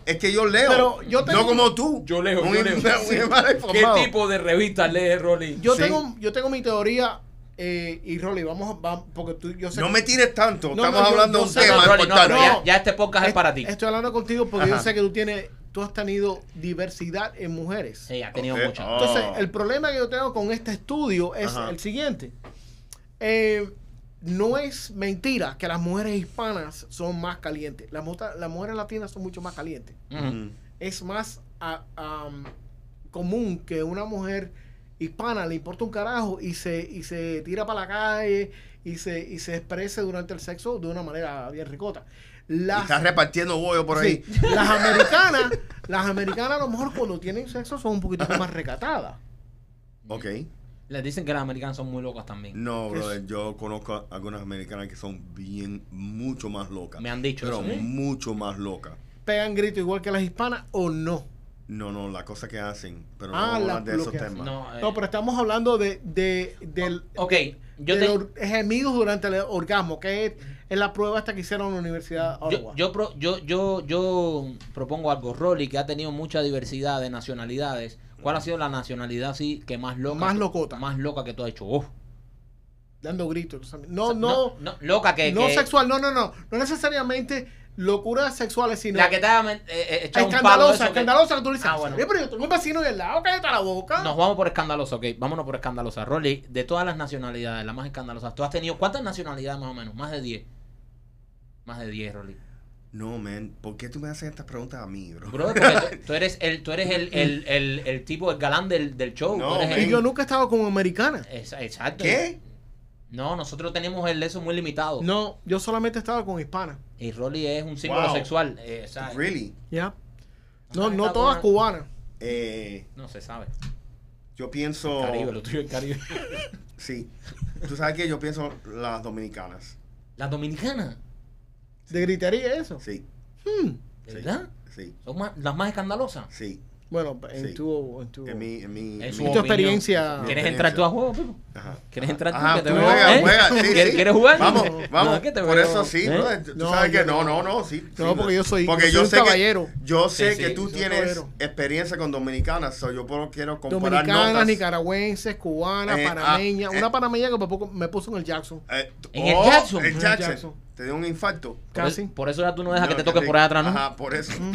Es que yo leo. Pero yo tengo- No como tú. Yo leo, Muy- yo leo. muy mal ¿Qué informado. tipo de revista lee Rolly? Yo Sí. tengo, yo tengo mi teoría eh, y Rolly, vamos, a- va- porque tú, yo sé No que- me tires tanto. No, Estamos no, yo- hablando yo de un sé- tema No, Rolly, no, importante. pero ya, ya este podcast es Est- para ti. Estoy hablando contigo porque yo Ajá. sé que tú tienes, tú has tenido diversidad en mujeres. Sí, ha tenido Ok, mucho. ah. Entonces, Oh. el problema que yo tengo con este estudio es Ajá. el siguiente. Eh, no es mentira que las mujeres hispanas son más calientes. Las, mota- las mujeres latinas son mucho más calientes. Mm. Ujú. Es más a- am, común que una mujer hispana le importa un carajo y se, y se tira para la calle y se, y se exprese durante el sexo de una manera bien ricota. Y Las, Estás repartiendo bollo por ahí. Sí, las americanas, las americanas a lo mejor cuando tienen sexo son un poquito más recatadas. Ok. Les dicen que las americanas son muy locas también. No, ¿Qué es? brother, yo conozco algunas americanas que son bien, mucho más locas. Me han dicho Pero eso. ¿eh? mucho más locas. pegan grito igual que las hispanas o no. No, no, la cosa que hacen. Pero no Ah, vamos a la- hablar de lo esos que temas. No, eh, No, pero estamos hablando de, de del ok, yo del te, or- gemidos durante el orgasmo, que es, es la prueba esta que hicieron en la Universidad de Yo, Iowa. yo, pro- yo, yo, yo propongo algo. Rolly, que ha tenido mucha diversidad de nacionalidades. ¿Cuál ha sido la nacionalidad sí que más loca? Más tú- locota. Más loca que tú has hecho. Oh. dando gritos. No, O sea, no, no, Loca que. que- sexual, no, no, no. No necesariamente locuras sexuales, sino La que te ha eh, eh, echado un palo. de eso escandalosa, que- escandalosa que tú le dices. Ah, bueno. "Oye, pero yo tengo un vecino del lado, cállate la boca. Nos vamos por escandalosa, ok. Vámonos por escandalosa. Rolly, de todas las nacionalidades, las más escandalosas, ¿tú has tenido cuántas nacionalidades más o menos? Más de 10. Más de 10, Rolly. No, man, ¿por qué tú me haces estas preguntas a mí, bro? Bro, porque tú, tú eres el, tú eres el, el, el, el tipo, el galán del, del show. No, Tú eres man. el- Y yo nunca he estado con americana. Es- Exacto. ¿Qué? No, nosotros tenemos el eso muy limitado. No, yo solamente he estado con hispanas. Y Rolly es un símbolo Wow. sexual. eh, o sea, Really? Ya. No, Ah, no está buena. todas cubanas. Eh, No se sabe. yo pienso. Caribe, lo tuyo es Caribe. Sí. Tú sabes que yo pienso las dominicanas. Las dominicanas, De gritería eso. Sí, Sí. ¿verdad? sí, Son más- las más escandalosas. sí. Bueno, en Sí. tu... En tu... En mi. En mi. Es en su mi- tu opinión. experiencia. ¿Quieres entrar tú a juego, Pipo? Ajá. ¿Quieres entrar tú? Ajá, que te tú veo- juega, ¿eh? juega, sí, ¿Quieres, sí. quieres jugar? No, Vamos, vamos. que te por veo- eso sí, ¿eh? brother. Tú No, sabes yo que no, no. no, no, sí. No, sí, porque yo soy- porque yo soy un sé que- caballero. yo sé Sí, que sí, tú soy un tienes caballero. experiencia con dominicanas, so yo por- quiero comparar Dominicanas, notas. nicaragüenses, cubanas, Eh, ah, panameñas. eh. una panameña que por poco me puso en el Jackson. Eh, En el Jackson. el En el Jackson. Jackson. Te dio un infarto. Por, Casi. eso- por eso ya tú no dejas que te toque qué por ahí atrás, ¿no? rico. Ajá, por eso. Mm.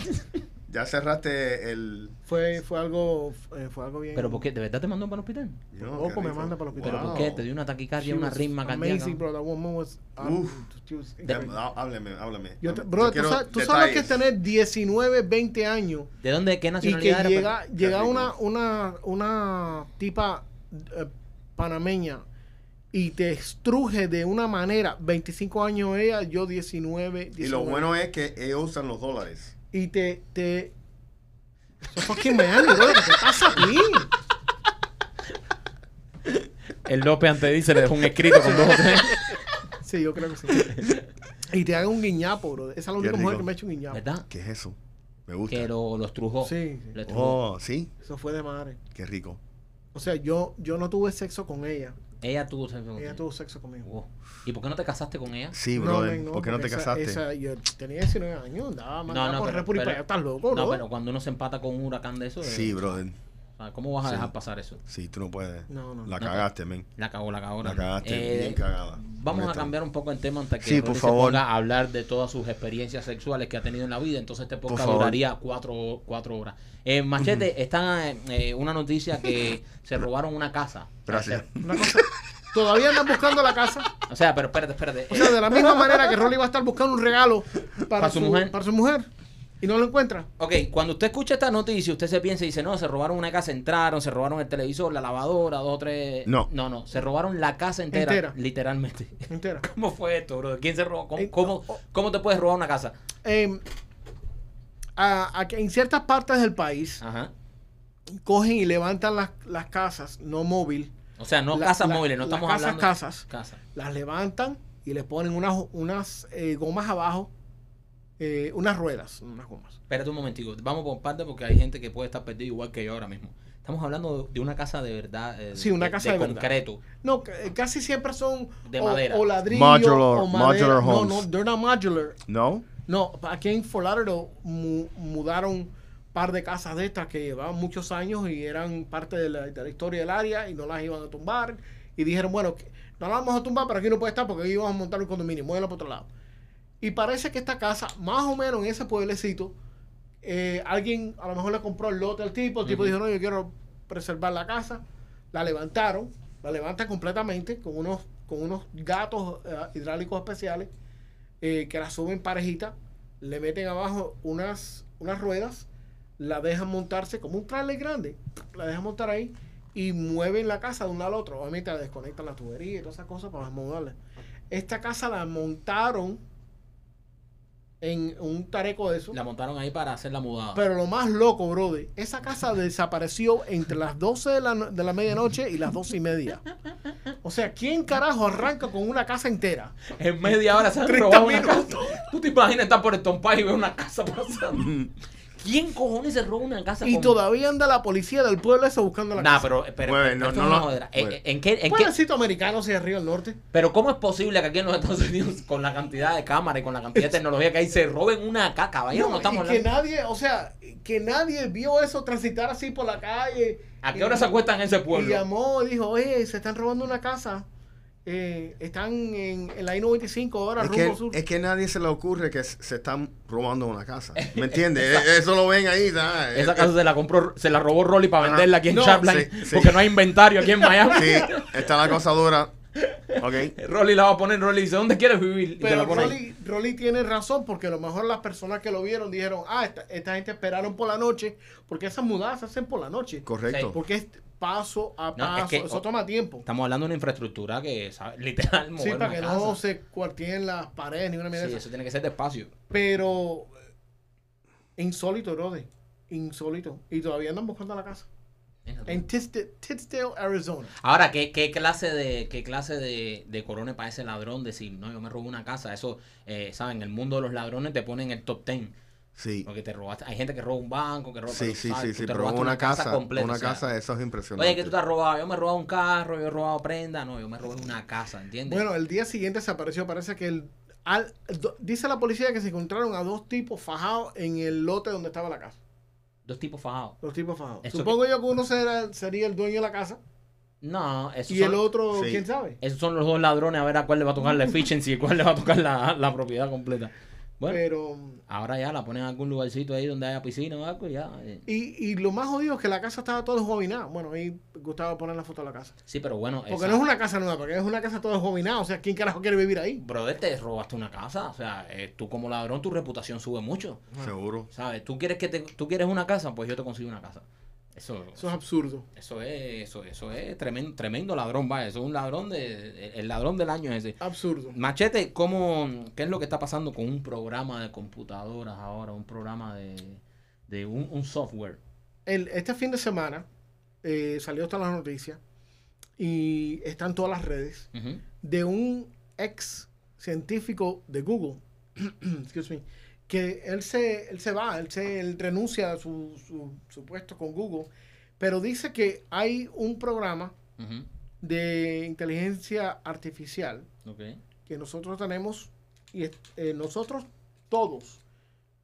ya cerraste el. Fue, fue algo eh, fue algo bien. Pero ¿por qué? ¿De verdad te mandó para el hospital? Yo, Loco, qué me rico. manda para el hospital. ¿Pero Wow. por qué? ¿Te dio una taquicardia, una ritma cardíaca? Amazing, bro. That woman was- Uf. she was Ya, incredible. há- Hábleme, háblame. Yo te- háblame. bro, Yo tú quiero sabes, tú sabes lo que es detalles. tener 19, 20 años ¿De dónde? ¿Qué y que nacionalidad era? llega, llega rico. una, una, una tipa eh, panameña y te estruje de una manera. 25 años ella, yo 19. Y lo 19. bueno es que ellos usan los dólares. y te, te... Eso es fucking Miami, bro. ¿Qué te pasa a ti? El López antes de irse le dejó un escrito con dos o tres. Sí, yo creo que sí. Y te haga un guiñapo, bro. Esa es la única mujer rico. que me ha hecho un guiñapo. ¿Verdad? ¿Qué es eso? Me gusta. Que lo, lo estrujó. Sí, sí. Lo estrujó. Oh, sí. Eso fue de madre. Qué rico. O sea, yo, yo no tuve sexo con ella. Ella tuvo sexo. Ella tuvo sexo conmigo. Oh. ¿Y por qué no te casaste con ella? Sí, No, brother. men, no, ¿Por qué no te porque esa- casaste? esa- yo tenía 19 años, andaba no, mandaba a correr pero- por ahí para pero- allá, estás loco, No, bro. pero cuando uno se empata con un huracán de eso. eh, Sí, brother. o sea, Ah, ¿Cómo vas a Sí. dejar pasar eso? Sí, tú no puedes. No, no. La No. cagaste, men. La cagó, la cagó. La Randy. cagaste Eh, bien cagada. Vamos a Honesta. cambiar un poco el tema antes que Sí, por Randy se favor. ponga a hablar de todas sus experiencias sexuales que ha tenido en la vida. Entonces este podcast favor. duraría cuatro, cuatro horas. Eh, Machete, está eh, una noticia que se robaron una casa. Gracias. Una cosa- Todavía andan buscando la casa. O sea, pero espérate, espérate. O sea, de la misma manera que Rolly va a estar buscando un regalo para, Para su mujer. para su mujer y no lo encuentra. Ok, cuando usted escucha esta noticia, usted se piensa y dice, no, se robaron una casa, entraron, se robaron el televisor, la lavadora, dos o tres... No. No, no, se robaron la casa entera, Entera. literalmente. Entera. ¿Cómo fue esto, bro? ¿Quién se robó? Eh, ¿Cómo, cómo, cómo te puedes robar una casa? Eh, a- a que en ciertas partes del país Ajá. cogen y levantan las, las casas, no móvil. O sea, no La- casas la- móviles, no la estamos casas, hablando... casas. Casa. Las levantan y le ponen unas, unas eh, gomas abajo, eh, unas ruedas, unas gomas. Espérate un momentico, vamos por parte porque hay gente que puede estar perdida igual que yo ahora mismo. Estamos hablando de una casa de verdad. eh, Sí, una casa de verdad. concreto. No, ca- eh, casi siempre son De o, madera. o ladrillo Modular- o madera. modular No, no, homes. they're not modular. No. No, aquí en Fort Lauderdale mu- mudaron un par de casas de estas que llevaban muchos años y eran parte de la, de la historia del área y no las iban a tumbar. Y dijeron, bueno, que no las vamos a tumbar, pero aquí no puede estar porque aquí vamos a montar un condominio, muévelo para otro lado. Y parece que esta casa, más o menos en ese pueblecito, eh, alguien a lo mejor le compró el lote al tipo, el tipo Ujú. dijo, no, yo quiero preservar la casa, la levantaron, la levantan completamente con unos, con unos gatos eh, hidráulicos especiales eh, que la suben parejita, le meten abajo unas, unas ruedas, la dejan montarse como un trailer grande, la dejan montar ahí y mueven la casa de un lado al otro. Obviamente la desconectan la tubería y todas esas cosas para moverla. Esta casa la montaron en un tareco de eso. La montaron ahí para hacer la mudada. Pero lo más loco, brother, esa casa desapareció entre las 12 de la, no- de la medianoche y las 12 y media. O sea, ¿quién carajo arranca con una casa entera? En media hora se han robado una casa. ¿Tú te imaginas estar por el Tompay y ver una casa pasando? ¿Quién cojones se roba una casa? Y con- todavía anda la policía del pueblo ese buscando la Nah, casa. pero, pero esto Bueno, no, es no una lo- jodera. ¿En- bueno. ¿En, qué, en qué- Pueblecito americano hacia arriba al norte. pero cómo es posible que aquí en los Estados Unidos, con la cantidad de cámaras y con la cantidad de tecnología que hay, se roben una caca? Caballero, no, No, estamos y que hablando. nadie, o sea, que nadie vio eso transitar así por la calle. ¿A qué hora se acuestan en ese Y pueblo? llamó y dijo, oye, se están robando una casa. Eh, están en, en la I-95 ahora, Es rumbo que, sur. es que nadie se le ocurre que se se están robando una casa. ¿Me entiendes? Eh, Eso lo ven ahí. ¿sabes? Esa Eh, casa se la compró, se la robó Rolly para Ajá. venderla aquí en No, Chapline, sí, sí. porque no hay inventario aquí en Miami. Sí, está la cosa dura. Ok. Rolly la va a poner, Rolly dice, ¿dónde quieres vivir? Y te Pero la pone ahí. Rolly, Rolly tiene razón, porque a lo mejor las personas que lo vieron dijeron, ah, esta, esta gente esperaron por la noche, porque esas mudadas se hacen por la noche. Correcto. Porque es paso a paso, es que- eso toma tiempo. Estamos hablando de una infraestructura que, ¿sabes? literal, Sí, mover para una que casa. no se cuartien las paredes ni una mierda. Sí, eso de esas. tiene que ser despacio. Pero eh, insólito, Rode. Insólito. Y todavía andan buscando la casa. En Tisdale, Tisdale, Arizona. Ahora, ¿qué, qué clase de qué clase de, de corona para ese ladrón decir, no, yo me robé una casa? Eso, eh, ¿saben? En el mundo de los ladrones te ponen el top ten. Sí. Porque te robaste. Hay gente que roba un banco, que roba. Sí, sí, ¿sabes? sí, Tú sí, te pero robaste una casa, completa, una o sea, casa, eso es impresionante. Oye, que tú te has robado? Yo me he robado un carro, yo he robado prenda. No, yo me robé una casa, ¿entiendes? Bueno, el día siguiente se apareció, parece que el... al- do- dice la policía que se encontraron a dos tipos fajados en el lote donde estaba la casa. Dos tipos fajados. Los tipos fajados. Eso Supongo yo que uno será- sería el dueño de la casa No, esos y son, el otro, Sí. quién sabe. esos son los dos ladrones a ver a cuál le va a tocar la efficiency y cuál le va a tocar la, la propiedad completa. Bueno, Pero... ahora ya la ponen en algún lugarcito ahí donde haya piscina o algo y ya. eh. Y, y lo más jodido es que la casa estaba toda desjovinada. Bueno, ahí Gustavo poner la foto de la casa. Sí, pero bueno. Porque esa- no es una casa nueva, porque es una casa toda desjovinada. O sea, ¿quién carajo quiere vivir ahí? brother, te robaste una casa. O sea, eh, tú como ladrón, tu reputación sube mucho. Seguro. ¿Sabes? Tú quieres que te, tú quieres una casa, pues yo te consigo una casa. Eso, Eso es absurdo. eso es, eso, eso es tremendo, tremendo ladrón, vaya. Eso es un ladrón de, el- el ladrón del año ese. Absurdo. Machete, ¿cómo, ¿qué es lo que está pasando con un programa de computadoras ahora? Un programa de, de un, un software. El- este fin de semana eh, salió hasta las noticias y están todas las redes Ujú. de un ex científico de Google, excuse me, que él se, él se va, él, se, él renuncia a su, su- su puesto con Google, pero dice que hay un programa Ujú. de inteligencia artificial Ok. que nosotros tenemos y es- eh, nosotros todos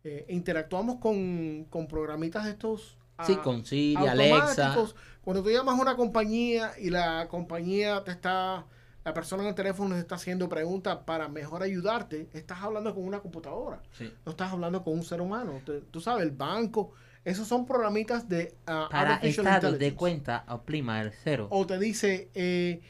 eh, interactuamos con, con programitas de estos a- Sí, con Siri, Alexa. automáticos. Cuando tú llamas a una compañía y la compañía te está, la persona en el teléfono te está haciendo preguntas para mejor ayudarte, estás hablando con una computadora, Sí. no estás hablando con un ser humano. Te- tú sabes, el banco, esos son programitas de ah, Para artificial estados de intelligence. Oh, cuenta, oprima el cero. O te dice, eh,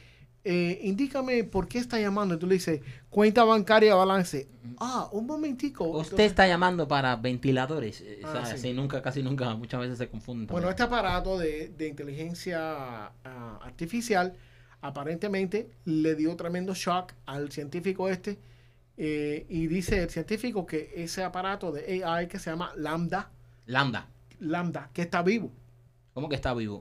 eh, indícame por qué está llamando. Y tú le dices, cuenta bancaria balance. Ah, un momentico. Usted Entonces, está llamando para ventiladores. eh, Ah, ¿sabes? sí. Sí, nunca, casi nunca, muchas veces se confunden. también. Bueno, este aparato de, de inteligencia ah, artificial aparentemente le dio tremendo shock al científico este eh, y dice el científico que ese aparato de AI que se llama Lambda, Lambda, Lambda, que está vivo, ¿cómo que está vivo?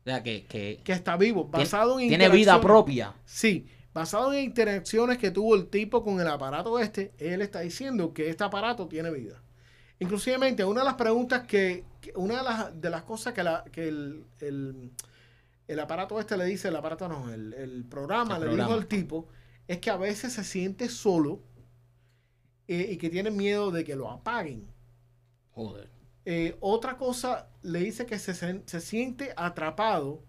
O sea, que, que que está vivo, tiene- basado en tiene vida interacciones. propia. Sí, basado en interacciones que tuvo el tipo con el aparato este, él está diciendo que este aparato tiene vida. Inclusivemente, una de las preguntas que, que- una de las, de las cosas que, la- que el, el- el aparato este le dice, el aparato no, el, el programa El le programa. dijo al tipo, es que a veces se siente solo eh, y que tiene miedo de que lo apaguen. Joder. Eh, otra cosa le dice que se, sen- se siente atrapado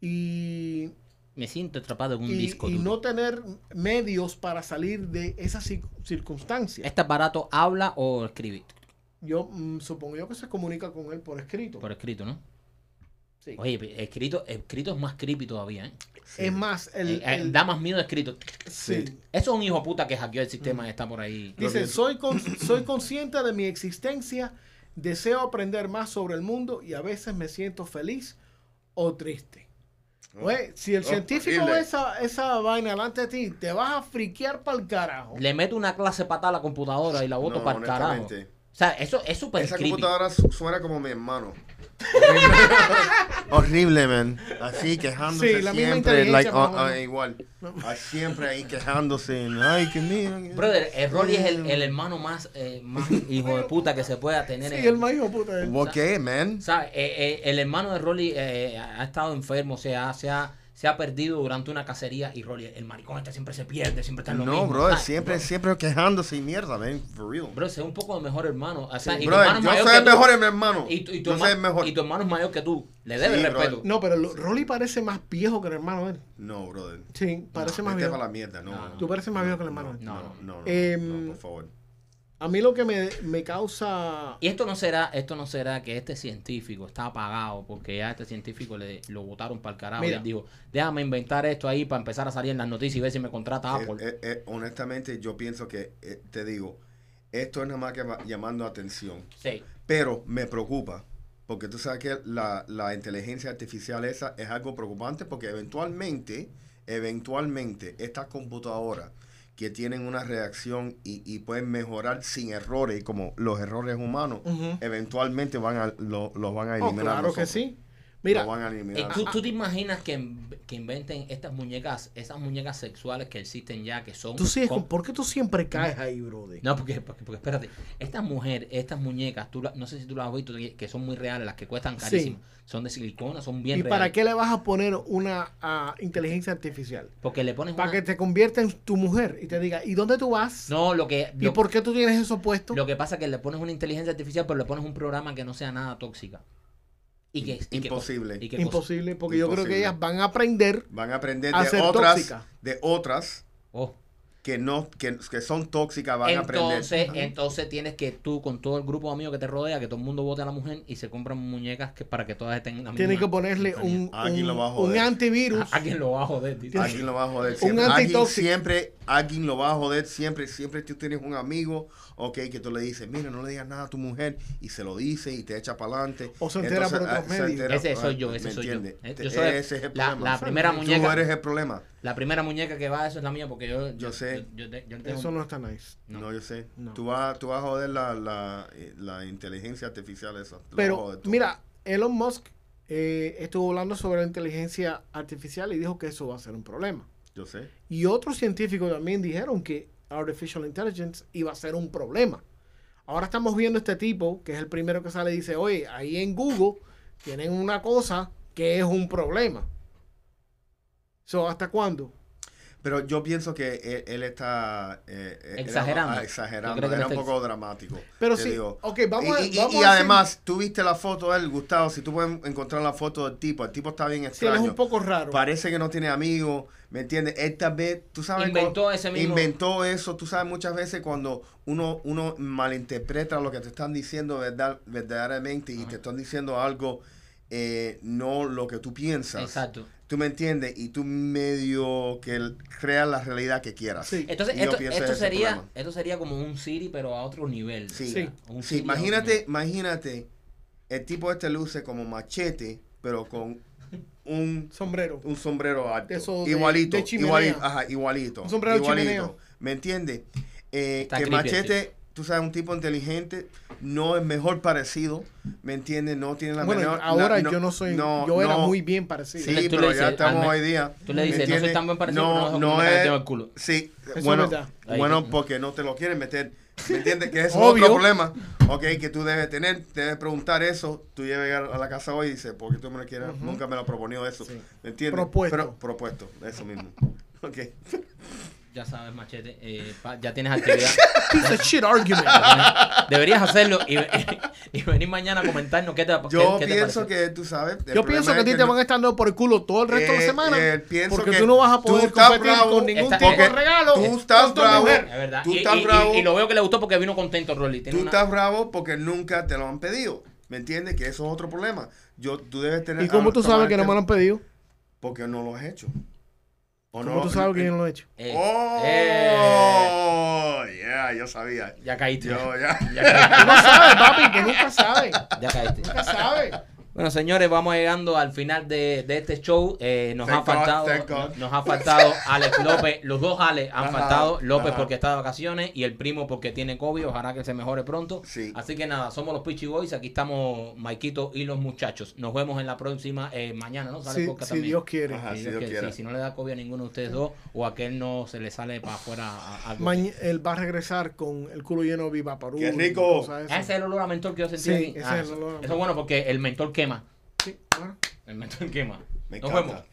y Me siento atrapado en un y, disco. y duro. no tener medios para salir de esa cir- circunstancia. ¿Este aparato habla o escribe? Yo mm, supongo yo que se comunica con él por escrito. Por escrito, ¿no? Sí. Oye, pe- escrito, escrito es más creepy todavía, ¿eh? Es más, el, Eh, eh, el- da más miedo escrito. sí. sí. Eso es un hijo de puta que hackeó el sistema y está por ahí. Lo dice, que- soy, con- soy consciente de mi existencia, deseo aprender más sobre el mundo y a veces me siento feliz o triste. Oye, si el Oh, científico horrible. ve esa, esa vaina delante de ti, te vas a friquear para el carajo. Le meto una clase patada a la computadora y la boto No, para el carajo. O honestamente. sea, eso es súper Esa Pues, creepy. computadora su- suena como mi hermano. Horrible, man. Así quejándose Sí, la misma siempre, inteligencia, like, más o ah, ah, menos. igual. Ah, Siempre ahí quejándose. Ay, que mira. que- Brother, el Rolly es el, el hermano más, eh, más hijo de puta que se pueda tener. Sí, en- el más hijo de puta de él. What qué, man? ¿Sabes? Eh, eh, el hermano de Rolly eh, ha estado enfermo, o sea, se ha, se ha perdido durante una cacería y Rolly, el maricón este siempre se pierde, siempre está en lo No, mismo. brother, ¿sabes? siempre, siempre quejándose y mierda, man. For real. Bro, sé un poco de mejor hermano. O sea, y tu hermano Brother, es yo mayor soy que el tú. mejor, mi hermano. Y tu, y tu Yo soy herma- el mejor. y tu hermano es mayor que tú. Le debes Sí, brother. respeto. No, pero lo- Rolly parece más viejo que el hermano de él. No, brother. Sí, parece Este más Vete viejo. para la mierda, no. No, no. Tú pareces más viejo que el hermano de él. No, no, no, no, Em, no, por favor. A mí lo que me, me causa... Y esto no será, esto no será que este científico está apagado porque ya a este científico le lo botaron para el carajo y Mira. él dijo, déjame inventar esto ahí para empezar a salir en las noticias y ver si me contrata Ah, Eh, Apple. eh, eh, honestamente, yo pienso que, eh, te digo, esto es nada más que va- llamando atención. Sí. Pero me preocupa, porque tú sabes que la, la inteligencia artificial esa es algo preocupante porque eventualmente, eventualmente, estas computadoras que tienen una reacción y, y pueden mejorar sin errores, como los errores humanos, Ujú. eventualmente van a, lo- los van a Oh, eliminar. claro que nosotros. sí. Los Mira, van a eliminar. Eh, ¿tú, tú te imaginas que, in- que inventen estas muñecas, esas muñecas sexuales que existen ya, que son... tú sigues con- con- ¿por qué tú siempre caes ahí, brother? No, porque, porque, porque espérate, estas mujeres, estas muñecas, tú la- no sé si tú las has visto, que que son muy reales, las que cuestan Sí. carísimas, son de silicona, son bien ¿Y reales. para qué le vas a poner una ah, inteligencia artificial? Porque le pones Para una- que te convierta en tu mujer y te diga, ¿y dónde tú vas? No, lo que... ¿Y lo- por qué tú tienes eso puesto? Lo que pasa es que le pones una inteligencia artificial, pero le pones un programa que no sea nada tóxica. Y que, y que- Imposible. y que- Imposible, porque yo creo Imposible. que ellas van a aprender. van a aprender A de ser otras, tóxica. de otras Oh. que no, que, que son tóxicas, van a Entonces, aprender. entonces tienes que tú con todo el grupo de amigos que te rodea, que todo el mundo vote a la mujer y se compran muñecas que para que todas estén en la Tienes que misma ponerle un, sintonía. Ah, aquí un- lo va a un joder. antivirus. ¿A quién lo va a joder? dice. Alguien lo va a joder siempre. Un Alguien antitóxico. siempre, alguien lo va a joder siempre. Siempre tú tienes un amigo, ok, que tú le dices, mira, no le digas nada a tu mujer, y se lo dice y te echa ah, para adelante. O se entera por otros medios. Ese soy yo, ese soy yo. Eh, yo soy ese es el la- problema. la primera Tú muñeca. eres el problema. La primera muñeca que va, eso es la mía, porque yo, Yo sé. Yo, yo- yo tengo- Eso no está nice. No. No, yo sé. No. Tú, vas, tú vas a joder la, la, eh, la inteligencia artificial esa. Te lo vas a Pero joder todo. mira, Elon Musk eh, estuvo hablando sobre la inteligencia artificial y dijo que eso va a ser un problema. Yo sé. Y otros científicos también dijeron que artificial intelligence iba a ser un problema. Ahora estamos viendo este tipo, que es el primero que sale y dice, oye, ahí en Google tienen una cosa que es un problema. So, ¿Hasta cuándo? Pero yo pienso que él, él está eh, eh, Exagerando. era- Yo creo ah, exagerando. que Era está un poco dramático. Pero te sí, digo. ok, vamos a- y, y- y- vamos y a decir- además, tú viste la foto del Gustavo. Si tú puedes encontrar la foto del tipo, el tipo está bien Sí, él extraño. es un poco raro. Parece que no tiene amigos, ¿me entiendes? Él tal vez, tú sabes. Inventó cuando- ese mismo- Inventó eso, tú sabes, muchas veces cuando uno uno malinterpreta lo que te están diciendo verdad, verdaderamente y te están diciendo algo, eh, no lo que tú piensas. Exacto. Tú me entiendes y tú medio que l- creas la realidad que quieras. Sí. Entonces, Y yo esto, pienso esto en ese sería, problema. esto sería como un Siri, pero a otro nivel. Sí. O sea, Sí. un Sí, Siri a otro imagínate, nivel. imagínate, el tipo este luce como machete, pero con un, Sombrero. un sombrero alto. Eso de- igualito, de chimenea. igualito, ajá, igualito. Un sombrero de igualito, chimenea. ¿Me entiendes? Eh, Está que creepy este. el machete, tú sabes, un tipo inteligente, no es mejor parecido, ¿me entiendes? No tiene la Bueno, menor... ahora na- yo no soy. yo era no, muy bien parecido. Sí, Tú le- tú pero le ya dices, estamos "Hazme". hoy día. Tú le ¿me dices, "No soy entiendes? tan buen parecido, pero no No, soy no como una es. canción al culo". Sí, es bueno, verdad. Ahí bueno, está. porque no te lo quieren meter. ¿Me entiendes? Que ese es Obvio. otro problema. Ok, que tú debes tener, te debes preguntar eso. Tú llegas a la casa hoy y dices, ¿por qué tú me lo quieres? Nunca me lo has proponido eso. ¿Me entiendes? Propuesto. Pero, propuesto, eso mismo. Ok. Ya sabes, machete, eh, pa- ya tienes actividad. Piece of shit argument. Deberías hacerlo y, y venir mañana a comentarnos qué te qué- Yo qué te pienso pareció. que tú sabes. el Yo problema pienso que a es ti te no- van a estar dando por el culo todo el resto de la Eh, semana. eh, pienso porque que tú no vas a tú poder estás competir bravo, con ningún está- tipo de porque regalo. tú con estás tu bravo. mujer. Es verdad. Tú y, estás y- y- bravo. y lo veo que le gustó porque vino contento, Rolly. Tiene Tú una- estás bravo porque nunca te lo han pedido. ¿Me entiendes? Que eso es otro problema. Yo, tú debes tener. ¿Y cómo tú tomar sabes que no el- me lo han pedido? Porque Eh, no lo has hecho. ¿O ¿Cómo tú sabes que yo no lo he hecho? Eh, eh, ¡Oh! yeah, yo sabía. ya caíste. Yo, eh. ya. Ya caíste. Tú no sabes, papi, que nunca sabes. Ya caíste. Nunca sabes. Bueno, señores, vamos llegando al final de, de este show. Eh, nos, ha Thank God, faltado, thank God. nos, ha faltado Alex López. Los dos Alex han Ajá, faltado. López ajá. porque está de vacaciones y el primo porque tiene COVID. Ojalá que se mejore pronto. Sí. Así que nada, somos los Pichi Boys. Aquí estamos Maikito y los muchachos. Nos vemos en la próxima eh, mañana, ¿no? Sale Si, podcast si también. Dios quiere. Ajá. Sí, Ah, si Dios Dios quiere. quiera. Sí, si no le da COVID a ninguno de ustedes dos o a aquel no se le sale para afuera a- a- algo. Mañ- él va a regresar con el culo lleno de viva ¡Qué rico! Ah, ese es el olor a mentor que yo sentí. Sí, aquí. ese Ah, es el eso- olor a Eso es bueno porque el mentor quema. Sí, bueno. El mentor quema. Me Nos encanta. vemos.